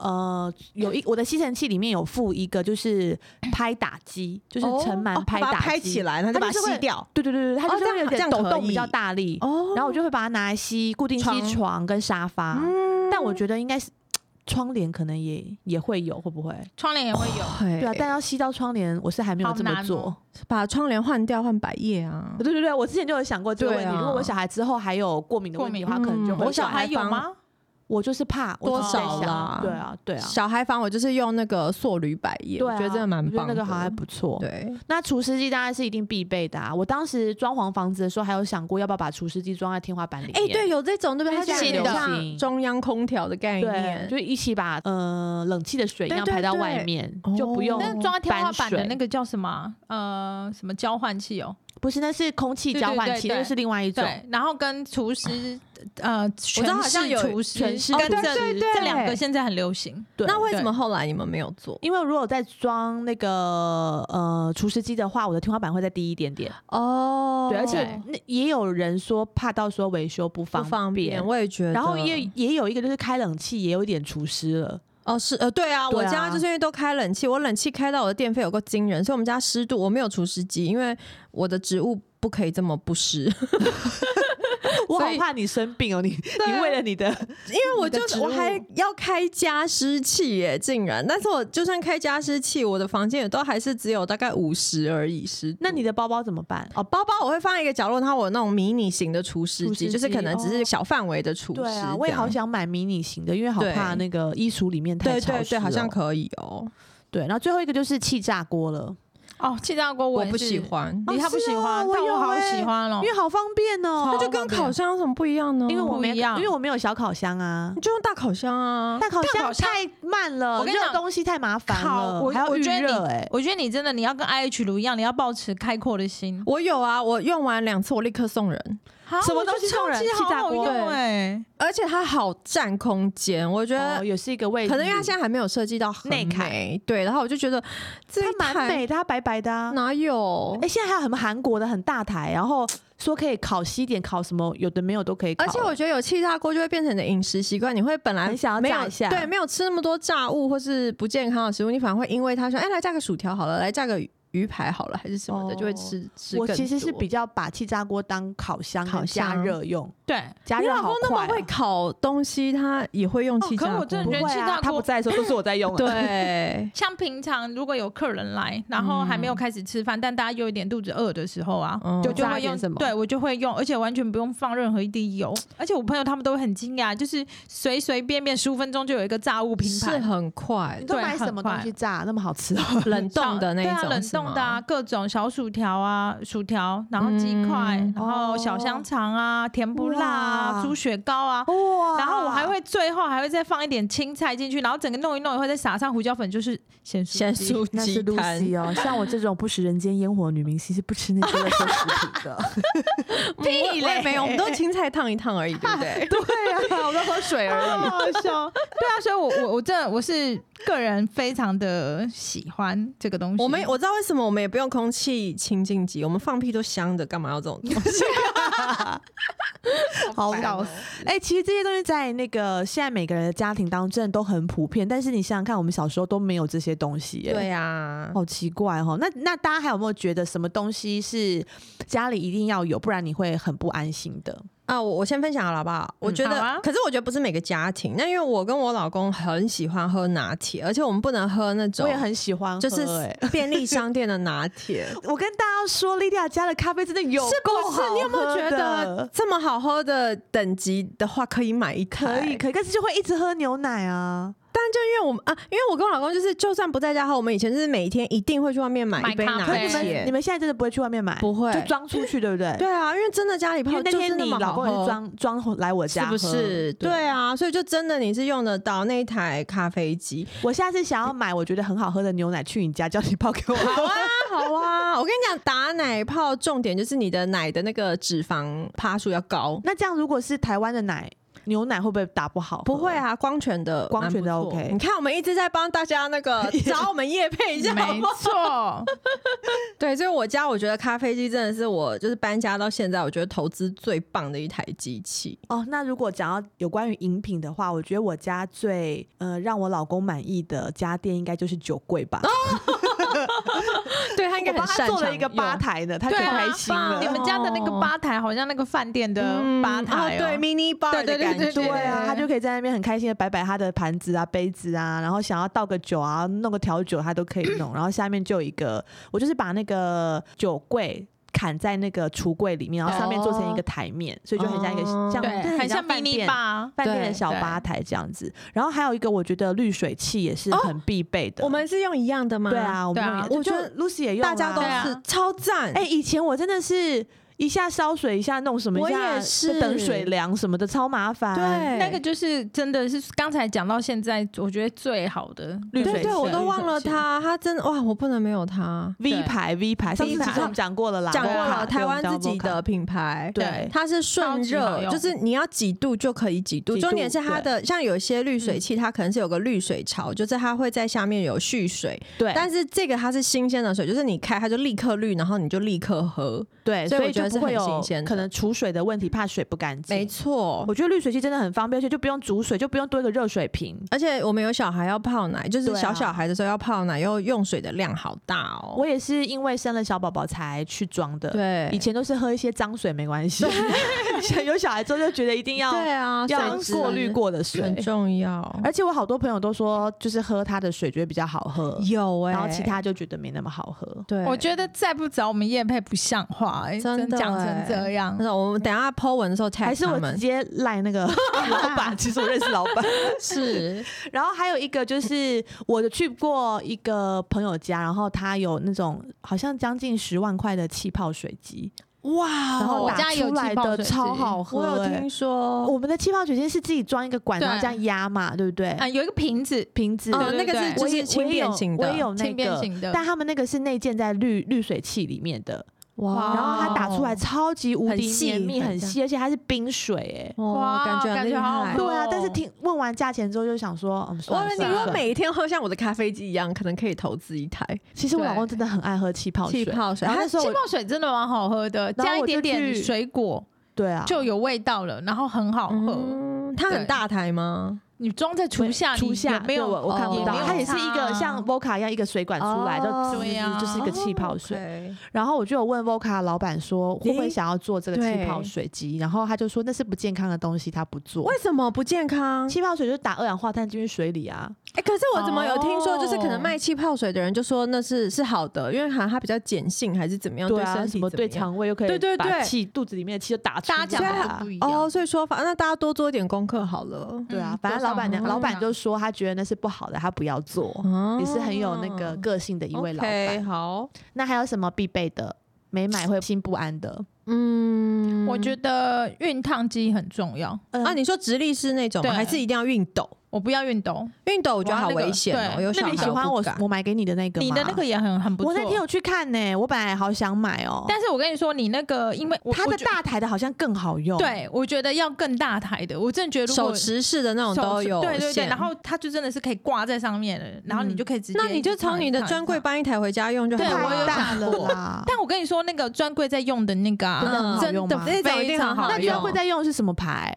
Speaker 1: 呃，有一我的吸尘器里面有附一个就是拍打机，就是
Speaker 3: 哦
Speaker 1: 尘螨
Speaker 3: 哦把它
Speaker 1: 打
Speaker 3: 拍
Speaker 1: 机
Speaker 3: 起。来，它就
Speaker 1: 它
Speaker 3: 把
Speaker 1: 就
Speaker 3: 它
Speaker 1: 是会
Speaker 3: 吸掉。
Speaker 1: 对对对对，它
Speaker 3: 哦
Speaker 1: 就是
Speaker 3: 这
Speaker 1: 会
Speaker 3: 样
Speaker 1: 有点
Speaker 3: 这
Speaker 1: 抖
Speaker 3: 样可
Speaker 1: 动比较
Speaker 3: 以
Speaker 1: 大力，
Speaker 3: 哦
Speaker 1: 然后我就会把它拿来吸固定吸
Speaker 3: 床嗯
Speaker 1: 床跟沙发。但我觉得应该是窗帘可能也也会有，会不会？
Speaker 2: 窗帘也会有。
Speaker 3: 嗯对
Speaker 1: 对啊，但要吸到窗帘，我是还没有
Speaker 2: 好
Speaker 1: 这么
Speaker 2: 难哦
Speaker 1: 做。
Speaker 3: 把窗帘换掉，换百叶啊。
Speaker 1: 对对对，我之前就有想过这个问题。
Speaker 3: 对啊
Speaker 1: 如果我小孩之后还有过敏的问题的话，
Speaker 3: 过敏
Speaker 1: 可能就
Speaker 3: 嗯
Speaker 1: 会
Speaker 2: (sniffs) 我小
Speaker 3: 小
Speaker 2: 孩
Speaker 3: 孩
Speaker 2: 有
Speaker 3: 房
Speaker 2: 吗？
Speaker 1: 我就是怕我
Speaker 3: 多
Speaker 1: 就是在想
Speaker 2: 少
Speaker 3: 啦
Speaker 1: 对啊，对啊，
Speaker 3: 小孩房我就是用那个塑铝百叶，
Speaker 1: 对啊，
Speaker 3: 我觉得真的蛮
Speaker 1: 我
Speaker 3: 棒
Speaker 1: 那
Speaker 3: 的。
Speaker 1: 个好像还不错。
Speaker 3: 对，
Speaker 1: 那除湿机当然是一定必备的啊！我当时装潢房子的时候，还有想过要不要把除湿机装在天花板里面。
Speaker 3: 哎、对，有这种对不对？它
Speaker 1: 它
Speaker 2: 现在很
Speaker 3: 是有
Speaker 2: 流
Speaker 1: 行
Speaker 3: 像中央空调的概
Speaker 1: 对，
Speaker 3: 念，
Speaker 1: 就一起把呃冷气的水一样
Speaker 3: 对对
Speaker 1: 排到
Speaker 3: 对
Speaker 1: 外面，
Speaker 3: 哦
Speaker 1: 就不用
Speaker 2: 那装在天花板的
Speaker 1: 搬
Speaker 2: 那
Speaker 1: 水
Speaker 2: 个叫什么啊？呃，什么交换器哦？
Speaker 1: 不是，那是空气
Speaker 2: 对
Speaker 1: 交
Speaker 2: 对
Speaker 1: 换
Speaker 2: 对
Speaker 1: 器，那
Speaker 2: 对
Speaker 1: 就是另外一种。
Speaker 2: 对，然后跟厨师，呃，全
Speaker 3: 知道好像
Speaker 2: 是
Speaker 3: 有
Speaker 2: 厨师，
Speaker 1: 全是
Speaker 2: 跟
Speaker 1: 厨
Speaker 2: 这
Speaker 1: 师对
Speaker 2: 这两个现在很流行。
Speaker 1: 对
Speaker 3: 那为什
Speaker 2: 对
Speaker 3: 么后来你们没有做？
Speaker 1: 因为如果在装那个呃除湿机的话，我的天花板会再低一点点。
Speaker 3: 哦
Speaker 1: 对，而且
Speaker 2: 对
Speaker 1: 那也有人说怕到时候维修不
Speaker 3: 不
Speaker 1: 方
Speaker 3: 方便，我也觉得。
Speaker 1: 然后也也有一个就是开冷气也有一点除湿 (laughs) 了，
Speaker 3: 哦是呃对啊，
Speaker 1: 对啊
Speaker 3: 我家就是因为都开冷气，我冷气开到我的电费有够惊人，所以我们家湿度我没有除湿机，因为我的植物不可以这么不
Speaker 1: (laughs)
Speaker 3: 湿，
Speaker 1: 我
Speaker 3: 所
Speaker 1: 好
Speaker 3: 以
Speaker 1: 怕你生病哦，你你为了你的
Speaker 3: 因为我就
Speaker 2: 你的植物
Speaker 3: 我还要开加湿器耶，竟然！但是我就算开加湿器，我的房间也都还是只有大概五十而已湿度。
Speaker 1: 那你的包包怎么办？
Speaker 3: 哦，包包我会放一个角落，然后我有那种迷你型的除湿
Speaker 1: 除湿
Speaker 3: 机，
Speaker 1: 机
Speaker 3: 就是可能只是小范围的除湿。
Speaker 1: 对啊，我也好。想买迷你型的，因为好
Speaker 3: 对
Speaker 1: 怕那个衣橱里面太
Speaker 3: 对
Speaker 1: 潮湿、
Speaker 3: 对对，好像。可以哦，
Speaker 1: 对，然后最后一个就是气炸锅了，
Speaker 2: 哦，气炸锅
Speaker 3: 我
Speaker 2: 也
Speaker 3: 不
Speaker 2: 是
Speaker 3: 喜，欢，
Speaker 2: 你
Speaker 1: 哦
Speaker 2: 他不
Speaker 1: 是
Speaker 2: 喜
Speaker 1: 啊
Speaker 2: 欢，
Speaker 1: 我
Speaker 2: 但
Speaker 1: 有
Speaker 2: 我好
Speaker 1: 欸
Speaker 2: 喜欢哦
Speaker 1: 因。为好方便哦
Speaker 3: 那。就跟烤箱有什么不一样呢？
Speaker 1: 因为我
Speaker 2: 不
Speaker 1: 没
Speaker 2: 一
Speaker 1: 有，
Speaker 2: 样
Speaker 1: 因为我没有小烤箱啊
Speaker 3: 你，就用大烤箱啊，
Speaker 1: 大烤
Speaker 2: 大
Speaker 1: 箱
Speaker 2: 烤箱
Speaker 1: 太慢了，
Speaker 2: 我跟你
Speaker 1: 热
Speaker 2: 讲
Speaker 1: 东西太麻烦
Speaker 2: 烤，
Speaker 1: 了，
Speaker 2: 我
Speaker 1: 还要
Speaker 2: 我
Speaker 1: 预
Speaker 2: 觉得
Speaker 1: 热
Speaker 2: 你
Speaker 1: 哎、
Speaker 2: 我觉得你真的你要跟 I H 炉一样，你要保持开阔的心。
Speaker 3: 我有啊，我用完两次，我立刻送人，
Speaker 2: 啊
Speaker 1: 什么
Speaker 2: 我觉
Speaker 1: 东西
Speaker 2: 得
Speaker 1: 送
Speaker 2: 超
Speaker 1: 人
Speaker 2: 级
Speaker 1: 气
Speaker 2: 好
Speaker 1: 炸
Speaker 2: 好
Speaker 1: 锅
Speaker 2: 用哎，
Speaker 3: 而且它好占空间，我觉
Speaker 1: 哦，
Speaker 3: 得
Speaker 1: 也是一个味，
Speaker 3: 可能因为它现在还没有设计到很
Speaker 1: 内砍
Speaker 3: 美，对，然后我就觉得这一
Speaker 1: 它蛮
Speaker 3: 台
Speaker 1: 美的，它白白的、啊。
Speaker 3: 哪有
Speaker 1: 哎、？现在还有什么韩国的很大台，然后说可以烤西点，烤什么有的没有都可以烤。
Speaker 3: 而且我觉得有气炸锅就会变成你的饮食习惯，你会本来
Speaker 1: 很想要
Speaker 3: 没
Speaker 1: 炸
Speaker 3: 有
Speaker 1: 一下
Speaker 3: 对，没有吃那么多炸物或是不健康的食物，你反而会因为他说，哎，来炸个薯条好了，来炸个鱼排好了还是什么
Speaker 1: 哦
Speaker 3: 的，就会吃吃更
Speaker 1: 我
Speaker 3: 多。
Speaker 1: 其实是比较把气炸锅当烤箱
Speaker 3: 烤
Speaker 1: 跟加
Speaker 3: 箱
Speaker 1: 热用，
Speaker 2: 对，
Speaker 1: 加
Speaker 3: 你
Speaker 1: 热
Speaker 3: 老
Speaker 1: 好
Speaker 3: 公那么
Speaker 1: 快
Speaker 3: 会
Speaker 1: 哦。
Speaker 3: 烤东西，他也会用
Speaker 2: 哦
Speaker 3: 气
Speaker 2: 可
Speaker 3: 炸锅。
Speaker 2: 我真的
Speaker 1: 不
Speaker 2: 觉得
Speaker 1: 会
Speaker 2: 气
Speaker 1: 啊
Speaker 2: 炸，
Speaker 1: 他
Speaker 2: 锅，
Speaker 1: 不在的时候都是我在用 (laughs) 了。
Speaker 3: 对
Speaker 2: 像平常如果有客人来，然后还
Speaker 1: 嗯
Speaker 2: 没有开始吃饭，但大家有一点肚子饿的时候啊，
Speaker 3: 嗯
Speaker 2: 我就
Speaker 1: 炸
Speaker 2: 会
Speaker 1: 一点
Speaker 2: 用
Speaker 1: 什么
Speaker 2: 对我就会用，而且完全不用放任何一滴油。而且我朋友他们都会很惊讶，就是随随便便十五分钟就有一个炸物拼
Speaker 3: 是
Speaker 2: 盘，
Speaker 3: 很快
Speaker 1: 你，都
Speaker 2: 对
Speaker 1: 买什
Speaker 2: 很
Speaker 1: 么东
Speaker 2: 快
Speaker 1: 西炸那么好吃哦？
Speaker 2: (laughs)
Speaker 3: 冷冻的那
Speaker 2: 对
Speaker 3: 一
Speaker 2: 啊
Speaker 3: 种，
Speaker 2: 冷
Speaker 3: 是
Speaker 2: 冻的啊，
Speaker 3: 吗，
Speaker 2: 各种小薯条啊，薯条，然后鸡块，
Speaker 3: 嗯
Speaker 2: 然后小香肠啊，甜不辣
Speaker 1: 哇
Speaker 2: 啊，猪血糕啊。
Speaker 1: (laughs) 哇
Speaker 2: 然后我还会最后还会再放一点青菜进去，然后整个弄一弄以后再撒上胡椒粉，就是咸酥
Speaker 3: 先
Speaker 2: 鸡
Speaker 3: 酥
Speaker 1: 那是
Speaker 3: 鸡
Speaker 1: 露
Speaker 3: 摊，
Speaker 1: 西哦，像我这种不食人间烟火的女明星是不吃那些垃圾食品的。
Speaker 2: (laughs)
Speaker 3: 屁嘞，没有，我们都青菜烫一烫而已，对不
Speaker 1: (laughs)
Speaker 3: 对？
Speaker 1: 对啊，我都喝水而已。
Speaker 2: 好笑。对啊，所以我我我真的我是个人非常的喜欢这个东西。
Speaker 3: 我们我知道为什么我们也不用空气清净机，我们放屁都香的，干嘛要这种
Speaker 1: 啊
Speaker 3: 东西？
Speaker 1: (laughs) 好
Speaker 2: 烦
Speaker 1: 搞
Speaker 2: 哦
Speaker 1: 死！哎、其实这些东西在那个现在每个人的家庭当中真的都很普遍，但是你想想看，我们小时候都没有这些东西、耶。
Speaker 3: 对啊，
Speaker 1: 好奇怪哦。那那大家还有没有觉得什么东西是家里一定要有，不然你会很不安心的？
Speaker 3: 啊，我我先分享好了，好不好？我觉得，
Speaker 2: 好啊
Speaker 3: 可是我觉得不是每个家庭。那因为我跟我老公很喜欢喝拿铁，而且我们不能喝那种
Speaker 1: 我也很喜欢喝、
Speaker 3: 就是
Speaker 1: 哎 (laughs)
Speaker 3: (laughs) 便利商店的拿铁。
Speaker 1: 我跟大家说，莉迪亚家的咖啡真的有够
Speaker 3: 是不
Speaker 1: 好
Speaker 3: 是？你有没有
Speaker 1: 喝
Speaker 3: 觉得
Speaker 1: 的？
Speaker 3: 这么好喝的等级的话，可以买一台？
Speaker 1: 可以，可以，但是就会一直喝牛奶啊。
Speaker 3: 但就因为我们啊，因为我跟我老公就是，就算不在家喝，我们以前就是每天一定会去外面买
Speaker 2: 买
Speaker 3: 一杯
Speaker 2: 咖
Speaker 3: 拿
Speaker 1: 你
Speaker 2: 啡而
Speaker 1: 们你
Speaker 3: 铁。
Speaker 1: 们现在真的不会去外面买，
Speaker 3: 不会
Speaker 1: 就装出去，对不对？
Speaker 3: 对啊，因为真的家里
Speaker 1: 因
Speaker 3: 泡
Speaker 1: 为那
Speaker 3: 就是
Speaker 1: 天
Speaker 3: 那
Speaker 1: 你
Speaker 3: 么
Speaker 1: 老
Speaker 3: 好
Speaker 1: 公也是
Speaker 3: 喝。
Speaker 1: 装装来我
Speaker 3: 是
Speaker 1: 家，
Speaker 3: 不是？对，啊，所以就真的你是用得到那一台咖啡机，
Speaker 1: 我下次想要买我觉得很好喝的牛奶去你家，叫你泡给 (laughs) 我
Speaker 3: 好
Speaker 1: 喝。
Speaker 3: 啊，好 (laughs) 啊！我跟你讲，打奶泡重点就是你的奶的那个脂肪趴数要高。
Speaker 1: 那这样如果是台湾的奶牛奶会不会打不好？
Speaker 3: 不会，啊，光泉的
Speaker 1: 光泉的
Speaker 3: 蛮不错
Speaker 1: OK
Speaker 3: 你看，我们一直在帮大家那
Speaker 1: (laughs)
Speaker 3: 个找我们叶配一下，好
Speaker 2: 没
Speaker 3: 不好 (laughs)
Speaker 2: 错，
Speaker 3: 对，所以我家我觉得咖啡机真的是我就是搬家到现在，我觉得投资最棒的一台机器。
Speaker 1: 哦。那如果讲到有关于饮品的话，我觉得我家最呃让我老公满意的家电应该就是酒柜吧。
Speaker 3: 对他应该
Speaker 1: 哦我帮
Speaker 3: 很
Speaker 1: 他
Speaker 3: 擅
Speaker 1: 做
Speaker 3: 长
Speaker 1: 了一个吧
Speaker 3: 用。
Speaker 1: 台呢，他就
Speaker 2: 对啊
Speaker 1: 开心
Speaker 3: 棒
Speaker 2: 你
Speaker 1: 了。
Speaker 2: 们家的那个吧台好像那个饭店的
Speaker 3: 嗯
Speaker 2: 吧台、
Speaker 3: 哦
Speaker 2: 哦
Speaker 3: 对，mini bar
Speaker 2: 对对
Speaker 3: 的
Speaker 2: 对
Speaker 3: 感觉，
Speaker 2: 对对
Speaker 1: 对啊，他就可以在那边很开心的摆摆他的盘子啊、杯子啊，然后想要倒个酒啊、弄个调酒，他都可以弄。然后下面就有一个，我就是把那个酒柜砍在那个橱柜里面，然后上面做成一个台面，所以就很像一个
Speaker 3: 哦
Speaker 1: 像，
Speaker 2: 对
Speaker 1: 就是
Speaker 2: 很像
Speaker 1: 饭
Speaker 2: mini
Speaker 1: 店。
Speaker 2: 吧。
Speaker 1: 饭店的
Speaker 3: 对
Speaker 1: 小
Speaker 2: 对
Speaker 1: 吧台这样子，然后还有一个我觉得滤水器也是
Speaker 3: 哦
Speaker 1: 很必备的。
Speaker 3: 我们是用一样的吗？
Speaker 1: 对，啊，我们
Speaker 2: 对啊
Speaker 1: 用也
Speaker 3: 我
Speaker 1: 就
Speaker 3: 觉得
Speaker 1: Lucy 也用啊，
Speaker 3: 大家都
Speaker 2: 对啊
Speaker 3: 是超赞。
Speaker 1: 哎、以前我真的是一下烧水，一下弄什么，
Speaker 3: 我
Speaker 1: 一下
Speaker 3: 也是
Speaker 1: 等水凉什么的，超麻烦。
Speaker 3: 对
Speaker 2: 那个就是真的是刚才讲到现在，我觉得最好的
Speaker 1: 绿水
Speaker 3: 对对，
Speaker 1: 器
Speaker 3: 我都忘了
Speaker 2: 它。
Speaker 3: 他，他真的哇，我不能没有他。
Speaker 1: V
Speaker 2: 对
Speaker 1: 牌 V 牌，上次
Speaker 3: V
Speaker 1: 其实
Speaker 3: 牌
Speaker 1: 我们讲过了啦，
Speaker 3: 讲过
Speaker 1: 对啊
Speaker 3: 了，台湾自
Speaker 1: 对
Speaker 3: 己，
Speaker 1: 我
Speaker 3: 的
Speaker 1: 们
Speaker 3: 品牌，
Speaker 1: 对
Speaker 3: 它是顺
Speaker 2: 超级好
Speaker 3: 热，
Speaker 2: 用
Speaker 3: 就是你要几度就可以几度。嗯
Speaker 1: 几度
Speaker 3: 重点是它的，像有些滤水器，它可能是有个滤水槽，就是它会在下面有蓄水，
Speaker 1: 对，
Speaker 3: 但是这个它是新鲜的水，就是你开它就立刻滤，然后你就立刻喝。
Speaker 1: 对，
Speaker 3: 所以
Speaker 1: 所以
Speaker 3: 我
Speaker 1: 就
Speaker 3: 觉得
Speaker 1: 不
Speaker 3: 是
Speaker 1: 会
Speaker 3: 很
Speaker 1: 有
Speaker 3: 新鲜的
Speaker 1: 可能储水的问题，怕水不干净。
Speaker 3: 没，错
Speaker 1: 我，觉得滤水器真的很方便，而且就不用煮水，就不用多一个热水瓶。
Speaker 3: 而且我们有小孩要泡奶，就是
Speaker 1: 对啊
Speaker 3: 小小孩的时候要泡奶，又用水的量好大哦。
Speaker 1: 我也是因为生了小宝宝才去装的，，
Speaker 3: 对，
Speaker 1: 以前都是喝一些脏水没关系， (laughs) 现在有小孩之后就觉得一定要
Speaker 3: 对啊，
Speaker 1: 要
Speaker 3: 水质
Speaker 1: 过滤过的
Speaker 3: 很
Speaker 1: 水。
Speaker 3: 重要。
Speaker 1: 而且我好多朋友都说，就是喝他的水觉得比较好喝，
Speaker 3: 有哎，
Speaker 1: 然后其他就觉得没那么好喝。
Speaker 3: 对，
Speaker 2: 我觉得再不找我们叶配不像话、哎，
Speaker 3: 真的
Speaker 2: 讲
Speaker 3: 哎
Speaker 1: 欸
Speaker 2: 成这样，
Speaker 3: 那我们等一下 Po 文的时候 tag
Speaker 1: 还是
Speaker 3: 他
Speaker 1: 我
Speaker 3: 们
Speaker 1: 直接赖那
Speaker 3: (laughs)
Speaker 1: 个老板，其实我认识老板。
Speaker 3: 是
Speaker 1: 然后还有一个就是，我有去过一个朋友家，然后他有那种好像将近十万块的气泡水机，
Speaker 3: 哇哦，
Speaker 1: 然后
Speaker 2: 我
Speaker 1: 打
Speaker 2: 家有
Speaker 1: 出来
Speaker 2: 气泡
Speaker 1: 的
Speaker 2: 水机
Speaker 1: 超好喝、
Speaker 3: 我有
Speaker 1: 欸
Speaker 3: 听说，哦
Speaker 1: 我们的气泡水机是自己装一个管，
Speaker 2: 对
Speaker 1: 然后这样压嘛，对不对？
Speaker 2: 啊，有一个瓶子，
Speaker 1: 瓶子。
Speaker 3: 哎哦，
Speaker 2: 对
Speaker 3: 那个是
Speaker 2: 对
Speaker 1: 我
Speaker 3: 就
Speaker 1: 也
Speaker 3: 是轻便型
Speaker 1: 我也
Speaker 3: 的，
Speaker 1: 有那
Speaker 2: 轻便
Speaker 1: 个，
Speaker 2: 型的
Speaker 1: 但他们那个是内建在滤滤水器里面的，
Speaker 2: 哇
Speaker 1: 然后它打出来超级无
Speaker 3: 很
Speaker 1: 敌
Speaker 3: 细
Speaker 1: 绵密、
Speaker 3: 很
Speaker 1: 很
Speaker 3: 像
Speaker 1: 细，而且它是冰水哎、
Speaker 3: 哇，
Speaker 2: 哇
Speaker 3: 感觉很
Speaker 2: 感
Speaker 3: 厉
Speaker 2: 觉好
Speaker 3: 害
Speaker 2: 喝。
Speaker 1: 对啊，但是
Speaker 2: 哦
Speaker 1: 听问完价钱之后就想说，嗯，算
Speaker 3: 哇
Speaker 1: 了，
Speaker 3: 你
Speaker 1: 算
Speaker 3: 如
Speaker 1: 了
Speaker 3: 果
Speaker 1: 算了。
Speaker 3: 每天喝像我的咖啡机一样，可能可以投资一台
Speaker 1: 其实我老
Speaker 2: 对
Speaker 1: 公真的很爱喝气泡水，
Speaker 3: 气泡水。
Speaker 1: 然后那
Speaker 3: 它
Speaker 1: 时候
Speaker 2: 气
Speaker 1: 我
Speaker 2: 泡水真的蛮好喝的，
Speaker 1: 然后
Speaker 2: 加一
Speaker 1: 我就
Speaker 2: 点点
Speaker 1: 去
Speaker 2: 水果
Speaker 1: 对啊，
Speaker 2: 就有味道了，然后很好喝。
Speaker 3: 嗯嗯它很大台吗？
Speaker 2: 你装在厨下，
Speaker 1: 厨下
Speaker 2: 你有没有
Speaker 1: 对我我看不
Speaker 2: 也
Speaker 1: 到
Speaker 2: 没有，
Speaker 1: 它也是一个
Speaker 2: 差啊
Speaker 1: 像 Voca 一样一个水管出来，
Speaker 3: 哦
Speaker 1: 就
Speaker 2: 对啊
Speaker 1: 就是一个气泡水。
Speaker 3: 水，
Speaker 1: 然后我就有问 Voca 老板说，会不会
Speaker 4: 诶
Speaker 1: 想要做这个气
Speaker 4: 对
Speaker 1: 泡水机？然后他就说那是不健康的东西，他不做
Speaker 4: 为。什么不健康？
Speaker 1: 气泡水就是打二氧化碳进去水里啊，
Speaker 3: 哎、可是我怎么有听说，就是可
Speaker 2: 哦
Speaker 3: 能卖气泡水的人就说那是是好的，因为好像它比较碱性，还是怎么样，
Speaker 1: 对
Speaker 3: 身
Speaker 1: 啊，
Speaker 3: 体
Speaker 1: 什么
Speaker 3: 怎么
Speaker 1: 对
Speaker 3: 样
Speaker 1: 肠胃又可以
Speaker 3: 对对
Speaker 1: 把
Speaker 3: 对
Speaker 1: 气肚子里面的气就打出
Speaker 2: 大家
Speaker 1: 来
Speaker 2: 讲的
Speaker 1: 啊
Speaker 2: 都不一样。
Speaker 3: 哦，所以说，反那大家多做一点功课好了。
Speaker 1: 对啊
Speaker 2: 嗯，
Speaker 1: 反正老
Speaker 2: 多
Speaker 1: 板
Speaker 2: 上
Speaker 1: 娘
Speaker 2: 网
Speaker 1: 老板
Speaker 2: 看
Speaker 1: 就说他觉得那是不好的，他不要做，
Speaker 2: 嗯
Speaker 3: 哦
Speaker 1: 也是很有那个个性的一位老板。
Speaker 3: OK，好，
Speaker 1: 那还有什么必备的？没买会心不安的？
Speaker 3: 嗯
Speaker 2: 我觉得熨烫机很重要，
Speaker 1: 嗯
Speaker 3: 啊，你说直立式那种吗，
Speaker 2: 对
Speaker 3: 还是一定要熨斗？
Speaker 2: 我不要熨斗，
Speaker 3: 熨斗我觉得好危险
Speaker 2: 哇那
Speaker 3: 哦，
Speaker 2: 个
Speaker 3: 有小
Speaker 1: 那
Speaker 3: 孩
Speaker 1: 你喜欢
Speaker 3: 不
Speaker 1: 我
Speaker 3: 敢
Speaker 1: 我买给你的那个吗？
Speaker 2: 你的那个也很很不错。
Speaker 1: 我那天有去看呢、我本来好想买哦、
Speaker 2: 但是我跟你说，你那个因为我
Speaker 1: 它
Speaker 2: 我
Speaker 1: 的
Speaker 2: 觉
Speaker 1: 大台的好像更好用。，
Speaker 2: 对，我觉得要更大台的，我真的觉得如
Speaker 3: 手
Speaker 2: 果
Speaker 3: 持式的那种
Speaker 2: 手
Speaker 3: 都
Speaker 2: 持
Speaker 3: 有
Speaker 2: 对对对，
Speaker 3: 线
Speaker 2: 然后它就真的是可以挂在上面的，然后你
Speaker 1: 嗯
Speaker 2: 就可以直接一直
Speaker 3: 那
Speaker 2: 烫。
Speaker 3: 你就从你的专柜
Speaker 2: 一直烫。
Speaker 3: 搬一台回家用就好
Speaker 2: 对
Speaker 3: 了。
Speaker 2: 我
Speaker 1: 太
Speaker 2: 有
Speaker 1: 大
Speaker 2: 想
Speaker 1: 了
Speaker 2: 过
Speaker 1: 啦。
Speaker 2: 但我跟你说，那个专柜在用的那个啊
Speaker 3: 嗯真的很好
Speaker 2: 真
Speaker 1: 用
Speaker 2: 的
Speaker 1: 吗
Speaker 3: 那种一
Speaker 2: 非
Speaker 3: 定很
Speaker 2: 常
Speaker 3: 好
Speaker 2: 好
Speaker 1: 那
Speaker 3: 用
Speaker 1: 专
Speaker 2: 用
Speaker 1: 柜。在用的是什么牌？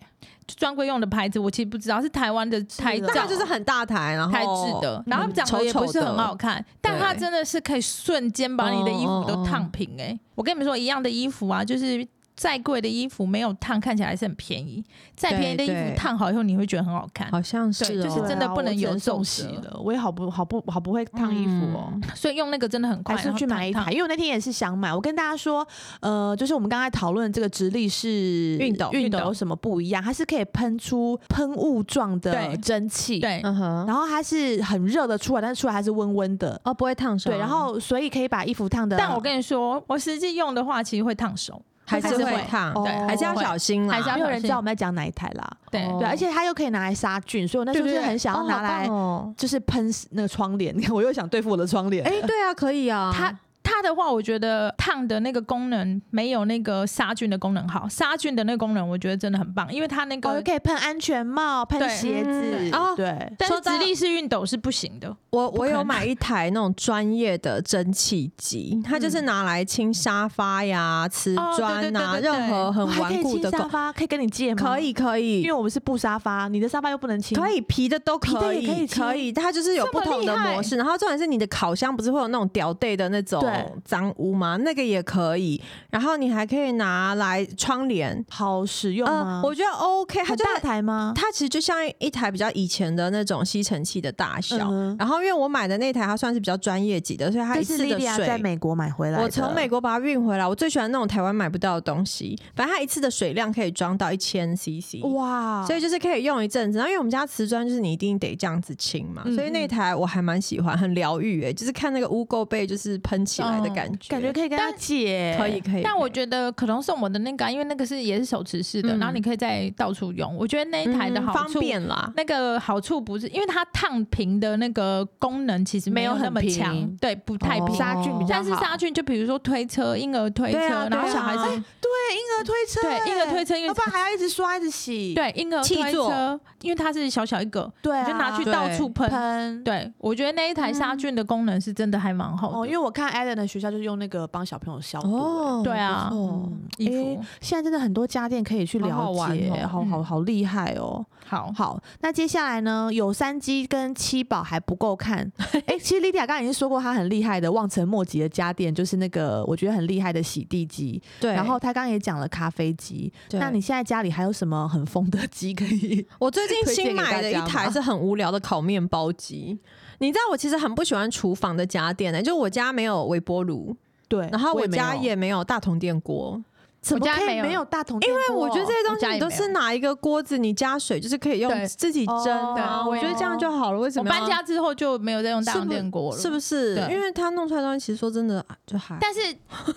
Speaker 2: 专柜用的牌子我其实不知道，是台湾的台
Speaker 1: 哦
Speaker 2: 照
Speaker 3: 大，概就是很大台，然后
Speaker 2: 台制的，然后
Speaker 3: 哦嗯
Speaker 2: 长得也
Speaker 3: 丑
Speaker 2: 不
Speaker 3: 丑
Speaker 2: 是很
Speaker 3: 的
Speaker 2: 好看，但它
Speaker 3: 对
Speaker 2: 真的是可以瞬间把你的衣服
Speaker 3: 哦
Speaker 2: 都
Speaker 3: 哦哦
Speaker 2: 烫平哎、欸我跟你们说，一样的衣服啊，就是再贵的衣服没有烫看起来还是很便宜，再便宜的衣
Speaker 3: 对
Speaker 2: 服
Speaker 3: 对
Speaker 2: 烫好以后你会觉得很好看，
Speaker 3: (laughs) 好像是
Speaker 2: 对
Speaker 3: 哦，
Speaker 2: 就是真
Speaker 1: 对
Speaker 2: 的
Speaker 1: 啊
Speaker 2: 不能
Speaker 1: 我只
Speaker 2: 有皱
Speaker 1: 送
Speaker 2: 褶
Speaker 1: 洗了。我也好不好不好不会烫衣服哦、
Speaker 3: 嗯
Speaker 2: 所以用那个真的很快，
Speaker 1: 还是去买一
Speaker 2: 然后烫
Speaker 1: 台，因为我那天也是想买。我跟大家说，呃，就是我们刚才讨论这个直立式
Speaker 3: 熨斗
Speaker 1: 熨
Speaker 2: 熨
Speaker 1: 斗
Speaker 2: 斗
Speaker 1: 有什么不一样？它是可以喷出喷雾状的
Speaker 2: 对
Speaker 1: 蒸汽，
Speaker 2: 烫对。
Speaker 3: 嗯哼，
Speaker 1: 然后它是很热的出来，但是出来还是温温的，
Speaker 3: 哦不会烫手，
Speaker 1: 对，然后所以可以把衣服烫的。
Speaker 2: 但我跟你说，我实际用的话，其实会烫手，
Speaker 3: 还
Speaker 2: 还是
Speaker 3: 是
Speaker 2: 会
Speaker 3: 会烫，
Speaker 1: 哦
Speaker 2: 对，
Speaker 3: 还是要
Speaker 2: 会
Speaker 3: 小心啦，
Speaker 2: 还是要
Speaker 1: 没有人
Speaker 2: 小
Speaker 1: 知
Speaker 2: 心
Speaker 1: 道我们在讲哪一台啦，
Speaker 2: 对
Speaker 3: 哦
Speaker 1: 对，而且它又可以拿来杀菌，所以我那时候
Speaker 3: 对
Speaker 1: 是
Speaker 3: 对对
Speaker 1: 很想要
Speaker 3: 哦
Speaker 1: 拿
Speaker 3: 好
Speaker 1: 来
Speaker 3: 棒哦
Speaker 1: 就是喷那个窗帘， (laughs) 我又想对付我的窗帘。
Speaker 3: 哎，对啊，可以啊，
Speaker 2: 它它的话，我觉得烫的那个功能没有那个杀菌的功能好。杀菌的那个功能，我觉得真的很棒，因为它那
Speaker 1: 哦，又
Speaker 2: 个。
Speaker 1: 可以喷安全帽、喷
Speaker 2: 对
Speaker 1: 鞋子
Speaker 3: 嗯，哦
Speaker 1: 对，
Speaker 2: 但是
Speaker 3: 说到
Speaker 2: 直立式熨斗是不行的，
Speaker 3: 我
Speaker 2: 不
Speaker 3: 我
Speaker 2: 可
Speaker 3: 有
Speaker 2: 能
Speaker 3: 买一台那种专业的蒸汽机，它就是拿来清沙发呀、瓷
Speaker 2: 嗯哦对
Speaker 3: 砖
Speaker 2: 对
Speaker 3: 呐，
Speaker 2: 对对
Speaker 3: 任何
Speaker 1: 我
Speaker 3: 很
Speaker 1: 还可
Speaker 3: 顽
Speaker 1: 以
Speaker 3: 固
Speaker 1: 清
Speaker 3: 的
Speaker 1: 沙
Speaker 3: 工，
Speaker 1: 发，可以跟你借吗？
Speaker 3: 可，以可
Speaker 1: 因
Speaker 3: 以
Speaker 1: 为我们是布沙发，你的沙发又不能清，
Speaker 3: 可以皮的都
Speaker 1: 皮的
Speaker 3: 可
Speaker 1: 也可以
Speaker 3: 以
Speaker 1: 清
Speaker 3: 可以，它就是有
Speaker 2: 这
Speaker 3: 不
Speaker 2: 么
Speaker 3: 同
Speaker 2: 厉
Speaker 3: 的模
Speaker 2: 害
Speaker 3: 式。然后重点是你的烤箱不是会有那种屌 day 的那种
Speaker 1: 对
Speaker 3: 脏污吗？那个也可以，然后你还可以拿来窗帘，
Speaker 1: 好使用
Speaker 3: 嗯
Speaker 1: 吗，？
Speaker 3: 我觉得 OK，它
Speaker 1: 很
Speaker 3: 就
Speaker 1: 大
Speaker 3: 是
Speaker 1: 台吗？
Speaker 3: 它其实就像一台比较以前的那种吸尘器的大小。
Speaker 1: 嗯哼，
Speaker 3: 然后因为我买的那台它算是比较专业级的，所以它
Speaker 1: 这
Speaker 3: 一
Speaker 1: 是
Speaker 3: 次
Speaker 1: 莉
Speaker 3: 的
Speaker 1: 莉亚在
Speaker 3: 水
Speaker 1: 美国买回来的，
Speaker 3: 我从美国把它运回来，我最喜欢那种台湾买不到的东西。反正它一次的水量可以装到一千 CC，
Speaker 1: 哇，
Speaker 3: 所以就是可以用一阵子。然后因为我们家瓷砖就是你一定得这样子清嘛，
Speaker 2: 嗯
Speaker 3: 所以那台我还蛮喜欢，很疗愈诶，就是看那个污垢被就是喷起来的感觉，
Speaker 1: 哦感觉可以跟他
Speaker 2: 但
Speaker 1: 借，
Speaker 3: 可以可以。
Speaker 2: 但我觉得可能送我的那个啊，因为那个是也是手持式的，
Speaker 3: 嗯
Speaker 2: 然后你可以再到处用。我觉得那一台的
Speaker 3: 嗯
Speaker 2: 好
Speaker 3: 方
Speaker 2: 处，
Speaker 3: 便啦，
Speaker 2: 那个好处不是因为它烫平的那个功能其实有那么
Speaker 1: 没有很
Speaker 2: 强
Speaker 1: 平，
Speaker 2: 对，不太平。
Speaker 3: 哦
Speaker 1: 杀菌比较
Speaker 2: 但
Speaker 1: 好。
Speaker 2: 是杀菌就比如说推车、婴儿推车，
Speaker 3: 对啊
Speaker 2: 然后
Speaker 3: 对啊
Speaker 2: 小孩子
Speaker 3: 哎
Speaker 1: 对婴儿推车，
Speaker 2: 对婴儿推车因为
Speaker 1: 要不然还要一直刷一直洗，
Speaker 2: 对婴儿
Speaker 3: 气
Speaker 2: 推
Speaker 3: 座
Speaker 2: 车，因为它是小小一个，
Speaker 1: 对
Speaker 2: 你
Speaker 1: 啊，
Speaker 2: 就拿去
Speaker 3: 对
Speaker 2: 到处喷。
Speaker 1: 喷。
Speaker 2: 对，我觉得那一台杀菌的功能是真的还蛮好的。
Speaker 1: 哦，因为我看 Allen 的学校就是用那个帮小朋友消毒。欸
Speaker 3: 哦，
Speaker 2: 对啊
Speaker 3: 不错
Speaker 1: 嗯
Speaker 2: 衣
Speaker 1: 诶
Speaker 2: 服
Speaker 1: 现在真的很多家电可以去
Speaker 3: 好好
Speaker 1: 了
Speaker 3: 玩
Speaker 1: 解，
Speaker 3: 哦
Speaker 1: 好好
Speaker 2: 嗯
Speaker 1: 好厉害哦！
Speaker 2: 好，
Speaker 1: 好，那接下来呢？有三机跟七宝还不够看。哎、其实莉迪亚刚才已经说过，她很厉害的望尘莫及的家电，就是那个我觉得很厉害的洗地机。
Speaker 3: 对。
Speaker 1: 然后她刚刚也讲了咖啡机。
Speaker 3: 对
Speaker 1: 那你现在家里还有什么很疯的机可以？
Speaker 3: (laughs) 我最近
Speaker 1: 推荐
Speaker 3: 新
Speaker 1: 给
Speaker 3: 买
Speaker 1: 大
Speaker 3: 的
Speaker 1: 家
Speaker 3: 一台
Speaker 1: 吗
Speaker 3: 是很无聊的烤面包机。你知道我其实很不喜欢厨房的家电欸呢、就我家没有微波炉，
Speaker 1: 对，
Speaker 3: 然后我
Speaker 1: 也没
Speaker 3: 家
Speaker 1: 有
Speaker 3: 也没有大同电锅，
Speaker 1: 怎么
Speaker 2: 我家
Speaker 1: 可以
Speaker 2: 没有
Speaker 1: 没有大桶电锅？
Speaker 3: 但我觉得这些东西你都
Speaker 2: 我家也
Speaker 3: 是
Speaker 2: 没
Speaker 3: 拿一个锅子，你加水就是可以用
Speaker 2: 对
Speaker 3: 自己蒸的啊、
Speaker 1: 哦
Speaker 3: 我觉得这样就好了。为什
Speaker 2: 我
Speaker 3: 么要
Speaker 2: 搬家之后就没有再用大
Speaker 3: 是
Speaker 2: 用
Speaker 3: 不
Speaker 2: 电锅了，
Speaker 3: 是不是？
Speaker 2: 对
Speaker 3: 因为它弄出来的东西，其实说真的啊就还。
Speaker 2: 但是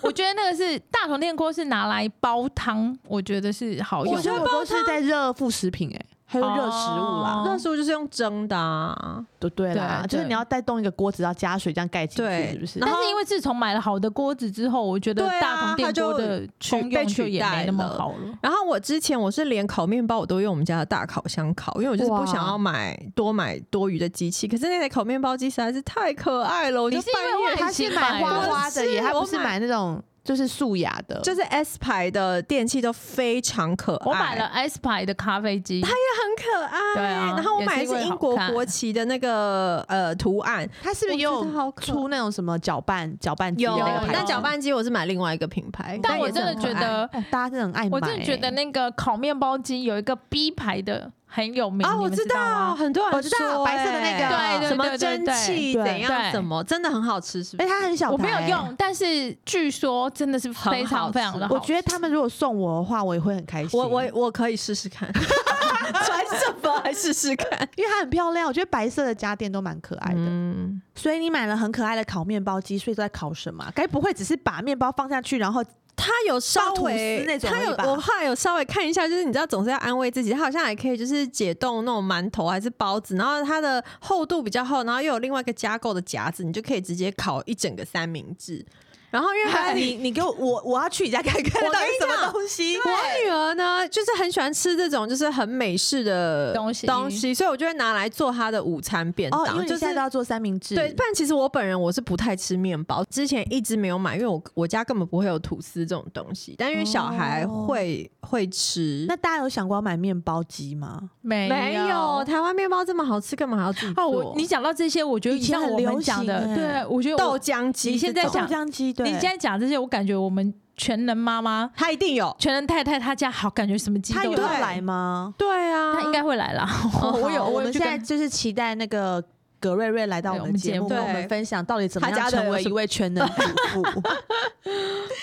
Speaker 2: 我觉得那个是大同电锅是拿来煲汤，我觉得是好用
Speaker 1: 有
Speaker 3: 我
Speaker 1: 时
Speaker 3: 觉
Speaker 1: 候
Speaker 3: 得
Speaker 1: 我
Speaker 3: 煲
Speaker 1: 都是在热副食品、哎，还有热食物啦，
Speaker 3: 那
Speaker 2: 哦
Speaker 3: 时候就是用蒸的、啊，
Speaker 1: 对对啦，
Speaker 2: 对
Speaker 1: 就是
Speaker 2: 对
Speaker 1: 你要带动一个锅子，要加水这样盖进去，
Speaker 3: 对
Speaker 1: 是不是？
Speaker 3: 然后
Speaker 2: 但是因为自从买了好的锅子之后，我觉得
Speaker 3: 对啊
Speaker 2: 大同电锅的功用就也没那么好了。
Speaker 3: 然后我之前我是连烤面包我都用我们家的大烤箱烤，因为我就是不想要买多买多余的机器。可是那台烤面包机实在是太可爱了，我就
Speaker 2: 你是因
Speaker 3: 半
Speaker 2: 为
Speaker 3: 夜
Speaker 2: 外
Speaker 1: 他是
Speaker 2: 形
Speaker 1: 买
Speaker 2: 买
Speaker 1: 花
Speaker 2: 的
Speaker 1: 花的
Speaker 3: 是
Speaker 1: 耶，他不
Speaker 3: 我
Speaker 1: 是
Speaker 3: 买
Speaker 1: 买那种就是素雅的，
Speaker 3: 就是 S 牌的电器都非常可爱。
Speaker 2: 我买了 S 牌的咖啡机，
Speaker 3: 很可爱。
Speaker 2: 对啊
Speaker 3: 然后我买的
Speaker 2: 也
Speaker 3: 是
Speaker 2: 是因为
Speaker 3: 英
Speaker 2: 好
Speaker 3: 国
Speaker 2: 看
Speaker 3: 国旗的那个呃图案，
Speaker 1: 它是不是也
Speaker 3: 我
Speaker 1: 有
Speaker 3: 觉得好可
Speaker 1: 出那种什么搅拌搅拌机的那个
Speaker 2: 有
Speaker 1: 牌
Speaker 3: 但
Speaker 1: 子？
Speaker 3: 搅拌机我是买另外一个哎品牌，
Speaker 2: 但我
Speaker 3: 也是
Speaker 2: 真的
Speaker 3: 很可
Speaker 2: 觉
Speaker 3: 爱
Speaker 2: 得，
Speaker 1: 哦大家真的很爱买、
Speaker 2: 我真的觉得
Speaker 1: 欸
Speaker 2: 那个烤面包机有一个 B 牌的很有名
Speaker 3: 啊，
Speaker 2: 你
Speaker 3: 我
Speaker 2: 们知
Speaker 3: 道
Speaker 2: 吗？
Speaker 3: 很多人
Speaker 1: 我知道
Speaker 3: 说
Speaker 1: 白色的那个
Speaker 3: 哎
Speaker 2: 对对
Speaker 3: 什么
Speaker 2: 对对
Speaker 3: 蒸
Speaker 2: 对
Speaker 3: 汽
Speaker 1: 对
Speaker 3: 怎样
Speaker 2: 对
Speaker 3: 什么，真的很好吃，是不
Speaker 1: 哎、
Speaker 3: 是？
Speaker 1: 它很小、欸，
Speaker 2: 我没有用，但是据说真的是非
Speaker 3: 很好
Speaker 2: 常
Speaker 3: 吃
Speaker 2: 非常的好
Speaker 1: 我觉得他们如果送我的话，我也会很开心。
Speaker 3: 我我我可以试试看， (laughs) 穿什么来试试看？
Speaker 1: 因为它很漂亮，我觉得白色的家电都蛮可爱的。
Speaker 3: 嗯，
Speaker 1: 所以你买了很可爱的烤面包机，所以都在烤什么啊？该不会只是把面包放下去，然后
Speaker 3: 它有稍
Speaker 1: 放吐司
Speaker 3: 微，
Speaker 1: 那种
Speaker 3: 它
Speaker 1: 而已
Speaker 3: 有
Speaker 1: 吧
Speaker 3: 我后来有稍微看一下，就是你知道总是要安慰自己，它好像还可以就是解冻那种馒头还是包子，然后它的厚度比较厚，然后又有另外一个加购的夹子，你就可以直接烤一整个三明治。然后因为 (laughs) 它
Speaker 1: (laughs) 你你给我我我要去你家看看
Speaker 3: 我
Speaker 1: 到底
Speaker 3: 跟你
Speaker 1: 什么
Speaker 3: 讲
Speaker 1: 东西？
Speaker 3: (laughs) 我女儿呢，就是很喜欢吃这种就是很美式的
Speaker 2: 东西
Speaker 3: 东西，所以我就会拿来做她的午餐便当，
Speaker 1: 哦，因为你
Speaker 3: 就
Speaker 1: 现在
Speaker 3: 是
Speaker 1: 都要做三明治，
Speaker 3: 对，，但其实我本人我是不太吃面包，之前一直没有买，因为我我家根本不会有吐司这种东西，但因为小孩
Speaker 1: 哦
Speaker 3: 会、会吃
Speaker 1: 那。大家有想过要买面包机吗？
Speaker 2: 没
Speaker 3: 没有
Speaker 2: 有。
Speaker 3: 台湾面包这么好吃，干嘛还要自己做？
Speaker 2: 哦，我你讲到这些，我觉得
Speaker 1: 以前
Speaker 2: 像
Speaker 1: 很
Speaker 2: 我
Speaker 1: 流
Speaker 2: 们讲
Speaker 1: 行
Speaker 2: 的，
Speaker 1: 欸
Speaker 2: 对我觉得
Speaker 3: 哎豆
Speaker 2: 我
Speaker 3: 浆机
Speaker 2: 你
Speaker 3: 这
Speaker 2: 现在
Speaker 1: 豆
Speaker 3: 种，
Speaker 2: 讲
Speaker 1: 浆哦机，对，
Speaker 2: 你现在讲这些，我感觉我们全能妈妈、
Speaker 3: 他一定有。
Speaker 2: 全能太太她家好，感觉什么机
Speaker 1: 他
Speaker 2: 都
Speaker 1: 有
Speaker 2: 有
Speaker 1: 要，来吗？
Speaker 3: 对啊，
Speaker 2: 她应该会来啦。 (laughs) 我有，
Speaker 1: 好我们
Speaker 2: 有去
Speaker 1: 现
Speaker 2: 跟
Speaker 1: 在就是期待那个。葛瑞瑞来到我们
Speaker 2: 对我
Speaker 1: 的
Speaker 2: 们
Speaker 1: 节
Speaker 2: 节
Speaker 1: 目，
Speaker 2: 目
Speaker 1: 跟我们
Speaker 3: 对
Speaker 1: 分享到底怎么
Speaker 3: 他
Speaker 1: 样
Speaker 3: 家的
Speaker 1: 成
Speaker 3: 有
Speaker 1: 为
Speaker 3: 什
Speaker 1: 一
Speaker 3: 么
Speaker 1: 位全能主妇。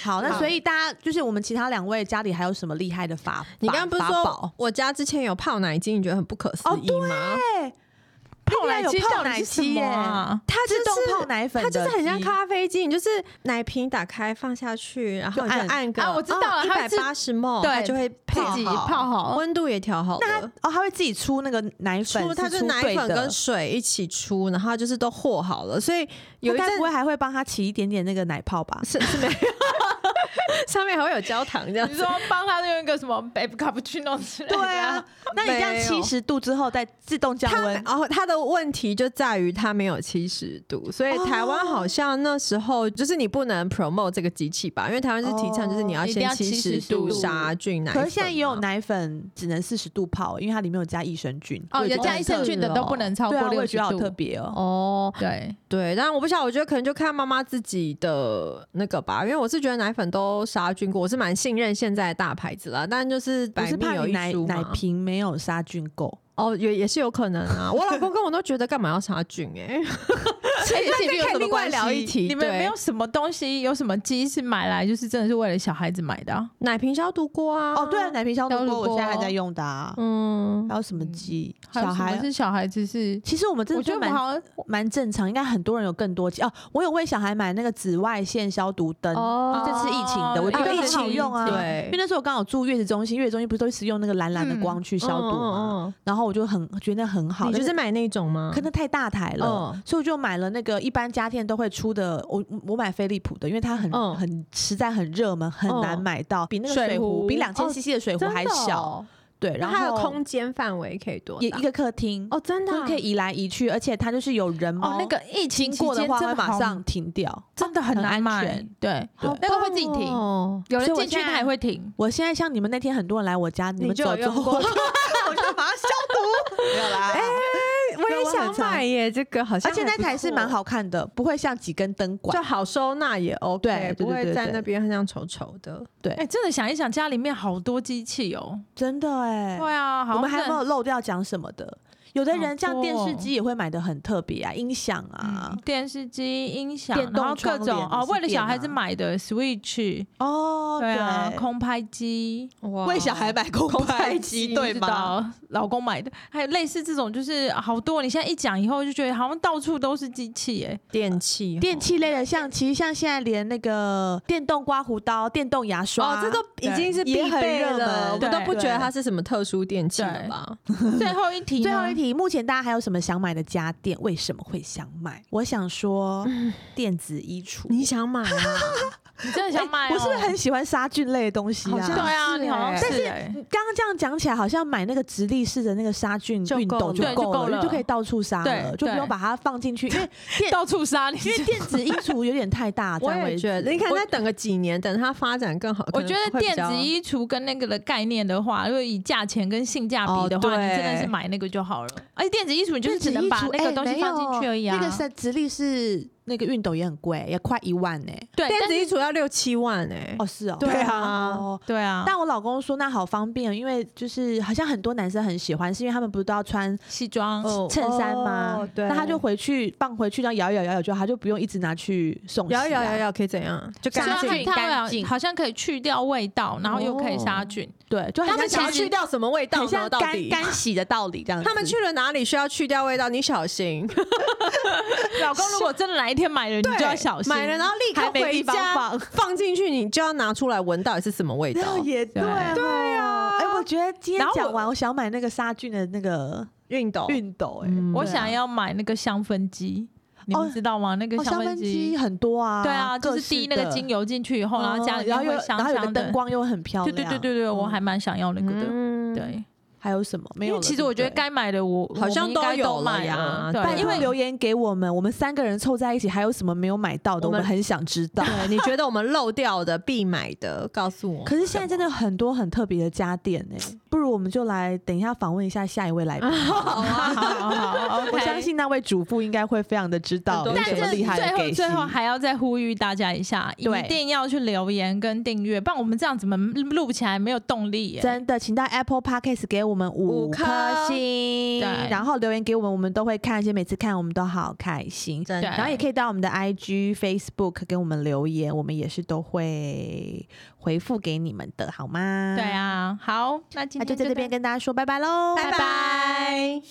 Speaker 1: 好，那
Speaker 3: 好
Speaker 1: 所以大家就是我们其他两位家里还有什么厉害的法？
Speaker 3: 你
Speaker 1: 法
Speaker 3: 刚刚不是
Speaker 1: 法宝
Speaker 3: 说我家之前有泡奶机，你觉得很不可思
Speaker 1: 哦
Speaker 3: 议吗？
Speaker 1: 对，
Speaker 2: 泡奶机
Speaker 1: 有泡
Speaker 2: 到底
Speaker 1: 奶
Speaker 2: 是什
Speaker 1: 机
Speaker 2: 么
Speaker 1: 耶
Speaker 2: 啊？
Speaker 3: 它就
Speaker 1: 自
Speaker 3: 是
Speaker 1: 动泡奶粉
Speaker 3: 它
Speaker 1: 的机，
Speaker 3: 就是很像咖啡机，你就是奶瓶打开放下去，然后
Speaker 1: 就
Speaker 3: 你就
Speaker 1: 按
Speaker 3: 按个哦
Speaker 2: 啊我知道了
Speaker 3: 一
Speaker 2: 它
Speaker 3: 百
Speaker 2: 会自
Speaker 3: 八十 ml，
Speaker 2: 对
Speaker 3: 它就会配
Speaker 2: 自己
Speaker 3: 好
Speaker 2: 泡好
Speaker 3: 温度也调好
Speaker 1: 那
Speaker 3: 了
Speaker 1: 它。哦，它会自己出那个奶粉，
Speaker 3: 出它
Speaker 1: 是
Speaker 3: 就奶
Speaker 1: 对
Speaker 3: 粉
Speaker 1: 的
Speaker 3: 跟水一起出，然后它就是都和好了，所以有
Speaker 1: 它
Speaker 3: 一阵
Speaker 1: 该不会还会帮他起一点点那个奶泡吧？
Speaker 3: (laughs) 是是 (laughs) 没有，上面还会有焦糖这样
Speaker 2: 你
Speaker 3: 子
Speaker 2: 说。帮她用一个什么 baby cappuccino 之 (laughs) 类的？
Speaker 1: 对啊，，那你这样
Speaker 3: 没有
Speaker 1: 七十度之后再自动降
Speaker 3: 它
Speaker 1: 温，
Speaker 3: 然后它的问题就在于它没有七十度，所以
Speaker 1: 哦
Speaker 3: 台湾好像那时候就是你不能 promote 这个机器吧，因为台湾是提倡就是你要
Speaker 2: 哦一定
Speaker 3: 先
Speaker 2: 要
Speaker 3: 七十
Speaker 2: 70度
Speaker 3: 杀菌奶粉
Speaker 1: 可
Speaker 3: 嘛。
Speaker 1: 是现在也有奶粉只能四十度泡，因为它里面有加益生菌。
Speaker 2: 哦，有加益生菌的都不能超
Speaker 1: 对
Speaker 2: 过
Speaker 1: 啊，我
Speaker 2: 六
Speaker 1: 也
Speaker 2: 十
Speaker 1: 觉得好特
Speaker 2: 度。
Speaker 1: 别哦。
Speaker 3: 哦，
Speaker 2: 对，
Speaker 3: 对，但我不晓得，我觉得可能就看妈妈自己的那个吧，因为我是觉得奶粉都杀菌过，我是蛮信任现在的大牌子啦，但就是
Speaker 1: 我
Speaker 3: 百
Speaker 1: 是
Speaker 3: 密
Speaker 1: 怕
Speaker 3: 有
Speaker 1: 你
Speaker 3: 一
Speaker 1: 奶
Speaker 3: 疏嘛
Speaker 1: 奶瓶没有杀菌够，
Speaker 3: 哦，也也是有可能啊。我老公跟我都觉得干嘛要杀菌
Speaker 1: (laughs)
Speaker 3: 哎、
Speaker 2: 而且
Speaker 3: 可以另外聊一题
Speaker 2: 你们
Speaker 3: 对
Speaker 2: 没有什么东西，有什么鸡是买来就是真的是为了小孩子买的啊？
Speaker 3: 奶瓶消毒锅啊。
Speaker 1: 哦，对啊，，奶瓶消毒
Speaker 2: 消
Speaker 1: 锅
Speaker 2: 毒
Speaker 1: 我现在还
Speaker 2: 锅
Speaker 1: 在用的啊。
Speaker 3: 嗯，
Speaker 1: 还有什么鸡？
Speaker 2: 还有
Speaker 1: 小
Speaker 2: 什么
Speaker 1: 孩
Speaker 2: 是小孩子是，
Speaker 1: 其实我们真
Speaker 2: 我
Speaker 1: 的
Speaker 2: 觉
Speaker 1: 就
Speaker 2: 得
Speaker 1: 蛮
Speaker 2: 我们好像
Speaker 1: 蛮正常，应该很多人有更多哦。我有为小孩买那个紫外线消毒灯，
Speaker 3: 哦
Speaker 1: 这次疫情的，
Speaker 2: 哦
Speaker 1: 我觉得
Speaker 3: 啊疫
Speaker 1: 很
Speaker 3: 情
Speaker 1: 好用啊。
Speaker 3: 对
Speaker 1: 因为那时候我刚好住月子中心，月子中心不是都是用那个蓝蓝的光去消毒嘛，
Speaker 3: 嗯嗯
Speaker 1: 然后我就很觉得很好，
Speaker 3: 你就
Speaker 1: 但
Speaker 3: 是买那种吗？
Speaker 1: 可能太大台了，
Speaker 3: 嗯
Speaker 1: 所以我就买了那个一般家电都会出的，我我买飞利浦的，因为它很、
Speaker 3: 嗯
Speaker 1: 很实在很热门，很难买到，比那个
Speaker 2: 水
Speaker 1: 水壶
Speaker 2: 壶
Speaker 1: 比两千
Speaker 3: 哦
Speaker 1: CC 的水壶
Speaker 3: 真的
Speaker 1: 还小，
Speaker 3: 哦
Speaker 1: 对，然后
Speaker 3: 那它的空间范围可以多
Speaker 1: 也
Speaker 3: 大
Speaker 1: 一个客厅
Speaker 3: 哦，真的
Speaker 1: 就
Speaker 3: 啊、
Speaker 1: 是可以移来移去，而且它就是有人猫、
Speaker 2: 哦，那个疫情
Speaker 1: 经
Speaker 2: 期
Speaker 1: 过的
Speaker 2: 间
Speaker 1: 话
Speaker 2: 真
Speaker 1: 会
Speaker 2: 的
Speaker 1: 马
Speaker 2: 好
Speaker 1: 上停掉。
Speaker 2: 真的很
Speaker 1: 很安
Speaker 2: 难买
Speaker 1: 全，
Speaker 2: 对，
Speaker 1: 对
Speaker 2: 那个会自己停，
Speaker 3: 哦
Speaker 2: 有
Speaker 1: 所以
Speaker 2: 人
Speaker 1: 我
Speaker 2: 进去
Speaker 1: 现在
Speaker 2: 他也会停。
Speaker 1: 我现在像你们那天很多人来我家，你们
Speaker 3: 就
Speaker 1: 走
Speaker 3: 有
Speaker 1: 之
Speaker 3: 用
Speaker 1: 后， (laughs)
Speaker 3: 过
Speaker 1: 我就把它消毒，没有啦。
Speaker 3: 我也
Speaker 1: 我很
Speaker 3: 想
Speaker 1: 常
Speaker 3: 买耶，这个好像
Speaker 1: 而且
Speaker 3: 还
Speaker 1: 那
Speaker 3: 不
Speaker 1: 台是
Speaker 3: 错
Speaker 1: 蛮好看的，不会像几根灯管
Speaker 3: 就。好收纳也 OK，
Speaker 1: 对对
Speaker 3: 不
Speaker 1: 对对
Speaker 3: 会在
Speaker 1: 对
Speaker 3: 那边很像丑丑的。
Speaker 2: 哎、真的想一想，家里面好多机器哦。
Speaker 1: 真的哎，
Speaker 2: 对啊，好
Speaker 1: 我
Speaker 2: 像
Speaker 1: 们还没
Speaker 2: 真的
Speaker 1: 有漏掉讲什么的。有的人像
Speaker 2: 好多
Speaker 1: 电视
Speaker 2: 哦
Speaker 1: 机也会买的很特别啊，音响啊
Speaker 2: 嗯，电视机、音响，
Speaker 1: 电动
Speaker 2: 然后各
Speaker 1: 窗帘
Speaker 2: 种
Speaker 1: 也
Speaker 2: 哦，
Speaker 1: 是
Speaker 2: 为了
Speaker 1: 电
Speaker 2: 小孩
Speaker 1: 啊
Speaker 2: 子买的 Switch，
Speaker 1: 哦，
Speaker 2: 对啊，空拍机，
Speaker 3: 哇
Speaker 1: 为小孩买空拍
Speaker 2: (laughs)
Speaker 1: 机，对
Speaker 2: 不知
Speaker 1: 吗？
Speaker 2: 道老公买的，还有类似这种，就是好多。你现在一讲以后，就觉得好像到处都是机器、
Speaker 1: (laughs)
Speaker 2: 哎，
Speaker 3: 电器，
Speaker 1: 电器类的，像其实像现在连那个电动刮胡刀、电动牙刷，
Speaker 3: 哦，这都已
Speaker 2: 对
Speaker 3: 经是必
Speaker 1: 也很
Speaker 3: 备
Speaker 1: 热门
Speaker 3: 了，我们都
Speaker 2: 对
Speaker 3: 不觉
Speaker 1: 对
Speaker 3: 得它是什么特殊电器了
Speaker 2: 对
Speaker 3: 吧？
Speaker 2: 最后一题，
Speaker 1: 最后一，题，目前大家还有什么想买的家电？为什么会想买？我想说，电子衣橱。 (laughs)
Speaker 3: 你想买啊？
Speaker 2: 你真的想买、哦
Speaker 1: 哎我是不是很喜欢杀菌类的东西
Speaker 4: 好像
Speaker 2: 对
Speaker 1: 啊？
Speaker 2: 啊？
Speaker 4: 是
Speaker 2: 你好像
Speaker 4: 欸
Speaker 2: 是、
Speaker 1: 但是
Speaker 2: 欸
Speaker 1: 刚刚这样讲起来，好像买那个直立式的那个杀菌
Speaker 4: 就
Speaker 1: 熨斗
Speaker 4: 够
Speaker 1: 就
Speaker 2: 了对就
Speaker 1: 够
Speaker 2: 够
Speaker 1: 了，
Speaker 2: 了
Speaker 1: 就可以到处杀
Speaker 2: 对
Speaker 1: 了，就不
Speaker 2: 对
Speaker 1: 用把它放进去，因为
Speaker 2: 到处杀你。
Speaker 1: 因为电子衣橱有点太大，
Speaker 3: (laughs) 我
Speaker 1: 占
Speaker 3: 也
Speaker 1: 位置
Speaker 3: 觉得，你看
Speaker 2: 我
Speaker 3: 再等个几年，等它发展更好。
Speaker 2: 我
Speaker 3: 可能
Speaker 2: 觉得
Speaker 3: 会比
Speaker 2: 电
Speaker 3: 较
Speaker 2: 子衣橱跟那个的概念的话，如果以价钱跟性价比的话，
Speaker 3: 哦对
Speaker 2: 你真的是买那个就好了。而且电子衣橱你就是只能把那个东西放进去而已啊。
Speaker 1: 哎那个是直立式那个熨斗也很贵，也快一万呢、
Speaker 2: 对，
Speaker 3: 电
Speaker 2: 但
Speaker 3: 子
Speaker 2: 是
Speaker 3: 衣橱要六七万哎、
Speaker 1: 哦，是哦，
Speaker 3: 对啊
Speaker 1: 哦
Speaker 2: 对啊，
Speaker 1: 但我老公说那好方便，哦因为就是好像很多男生很喜欢，是因为他们不是都要穿
Speaker 2: 西装、
Speaker 1: 衬衫吗？
Speaker 3: 哦对
Speaker 1: 那他就回去放回去，然后摇一摇摇一摇就好，他就不用一直拿去送洗啊。
Speaker 3: 摇一摇摇一摇可以怎样？就
Speaker 2: 虽然
Speaker 3: 干净。
Speaker 2: 它
Speaker 5: 干
Speaker 2: 它
Speaker 5: 净
Speaker 2: 好像可以去掉味道，然后又可以杀菌。
Speaker 1: 对，就很
Speaker 2: 他们
Speaker 1: 像
Speaker 3: 想要
Speaker 2: 其实
Speaker 3: 去掉什么味道
Speaker 1: 很
Speaker 3: 呢？
Speaker 1: 像
Speaker 3: 到
Speaker 1: 干
Speaker 3: 底
Speaker 1: 干洗的道理这样子。
Speaker 3: 他们去了哪里需要去掉味道？你小心，
Speaker 2: 老公，如果真的哪一天买了，你就要小心。
Speaker 3: 买了然后立刻
Speaker 1: 还没
Speaker 3: 回
Speaker 1: 地方
Speaker 3: 家
Speaker 1: 放
Speaker 3: 放进去，你就要拿出来闻到底是什么味道
Speaker 1: 那。也对
Speaker 2: 对
Speaker 1: 哦，对啊哎，我觉得今天
Speaker 2: 然后我哦
Speaker 1: 讲完，我想买那个杀菌的那个
Speaker 3: 熨斗，
Speaker 1: 熨斗，哎，
Speaker 2: 嗯我
Speaker 1: 对啊
Speaker 2: 想要买那个香氛机，你们知道吗？那个
Speaker 1: 哦，
Speaker 2: 香
Speaker 1: 香氛机
Speaker 2: 机，
Speaker 1: 很多啊，
Speaker 2: 对啊，就
Speaker 1: 各
Speaker 2: 是
Speaker 1: 式
Speaker 2: 滴那个
Speaker 1: 的
Speaker 2: 精油进去以后，然后
Speaker 1: 嗯
Speaker 2: 家里
Speaker 1: 然后
Speaker 2: 面
Speaker 1: 有
Speaker 2: 会香
Speaker 1: 然后有个
Speaker 2: 香
Speaker 1: 灯
Speaker 2: 的。
Speaker 1: 光又很漂
Speaker 2: 对
Speaker 1: 亮，
Speaker 2: 对对对对，我还蛮想要那个的。
Speaker 3: 嗯，
Speaker 2: 对，
Speaker 1: 还有什么没
Speaker 2: 因
Speaker 1: 有
Speaker 2: 为
Speaker 1: 了？
Speaker 2: 其实我觉
Speaker 1: 对
Speaker 2: 得
Speaker 1: 不对
Speaker 2: 该买的我
Speaker 3: 好像
Speaker 2: 我们应该
Speaker 3: 都有了
Speaker 2: 买
Speaker 3: 呀
Speaker 2: 啊，
Speaker 1: 拜
Speaker 2: 对，因
Speaker 1: 托
Speaker 2: 为
Speaker 1: 留言给我们，我们三个人凑在一起，还有什么没有买到的，
Speaker 3: 我
Speaker 1: 我
Speaker 3: 们
Speaker 1: 们很想知道。
Speaker 3: 对，你觉得我们漏掉的、必买的，告诉我。
Speaker 1: (laughs) 可是现在真的很多很特别的家电呢、不如我们就来等一下访问一下下一位
Speaker 2: (laughs)
Speaker 1: 来宾。 (laughs)
Speaker 2: 好啊好好好，
Speaker 1: 我
Speaker 2: OK
Speaker 1: 相信那位主妇应该会非常的知道
Speaker 3: 很多
Speaker 1: 有
Speaker 2: 但
Speaker 1: 什么
Speaker 2: 是
Speaker 1: 厉害
Speaker 2: 最
Speaker 1: 的
Speaker 2: 后
Speaker 1: 给
Speaker 2: 最后
Speaker 1: 息
Speaker 2: 还要再呼吁大家一下，一
Speaker 1: 对
Speaker 2: 定要去留言跟订阅，不然我们这样怎么录起来没有动力耶？
Speaker 1: 真的，请到 Apple Podcast 给我们五
Speaker 3: 五
Speaker 1: 颗
Speaker 3: 颗
Speaker 1: 星，
Speaker 2: 对
Speaker 1: 然后留言给我们，我们都会看，而且每次看我们都好开心。
Speaker 3: 真的
Speaker 2: 对
Speaker 1: 然后也可以到我们的 IG、Facebook 给我们留言，我们也是都会回复给你们的，好吗？
Speaker 2: 对，啊，好，那今
Speaker 1: 那
Speaker 2: 天
Speaker 1: 就在这边
Speaker 2: 到
Speaker 1: 跟大家说拜拜喽，
Speaker 3: 拜拜。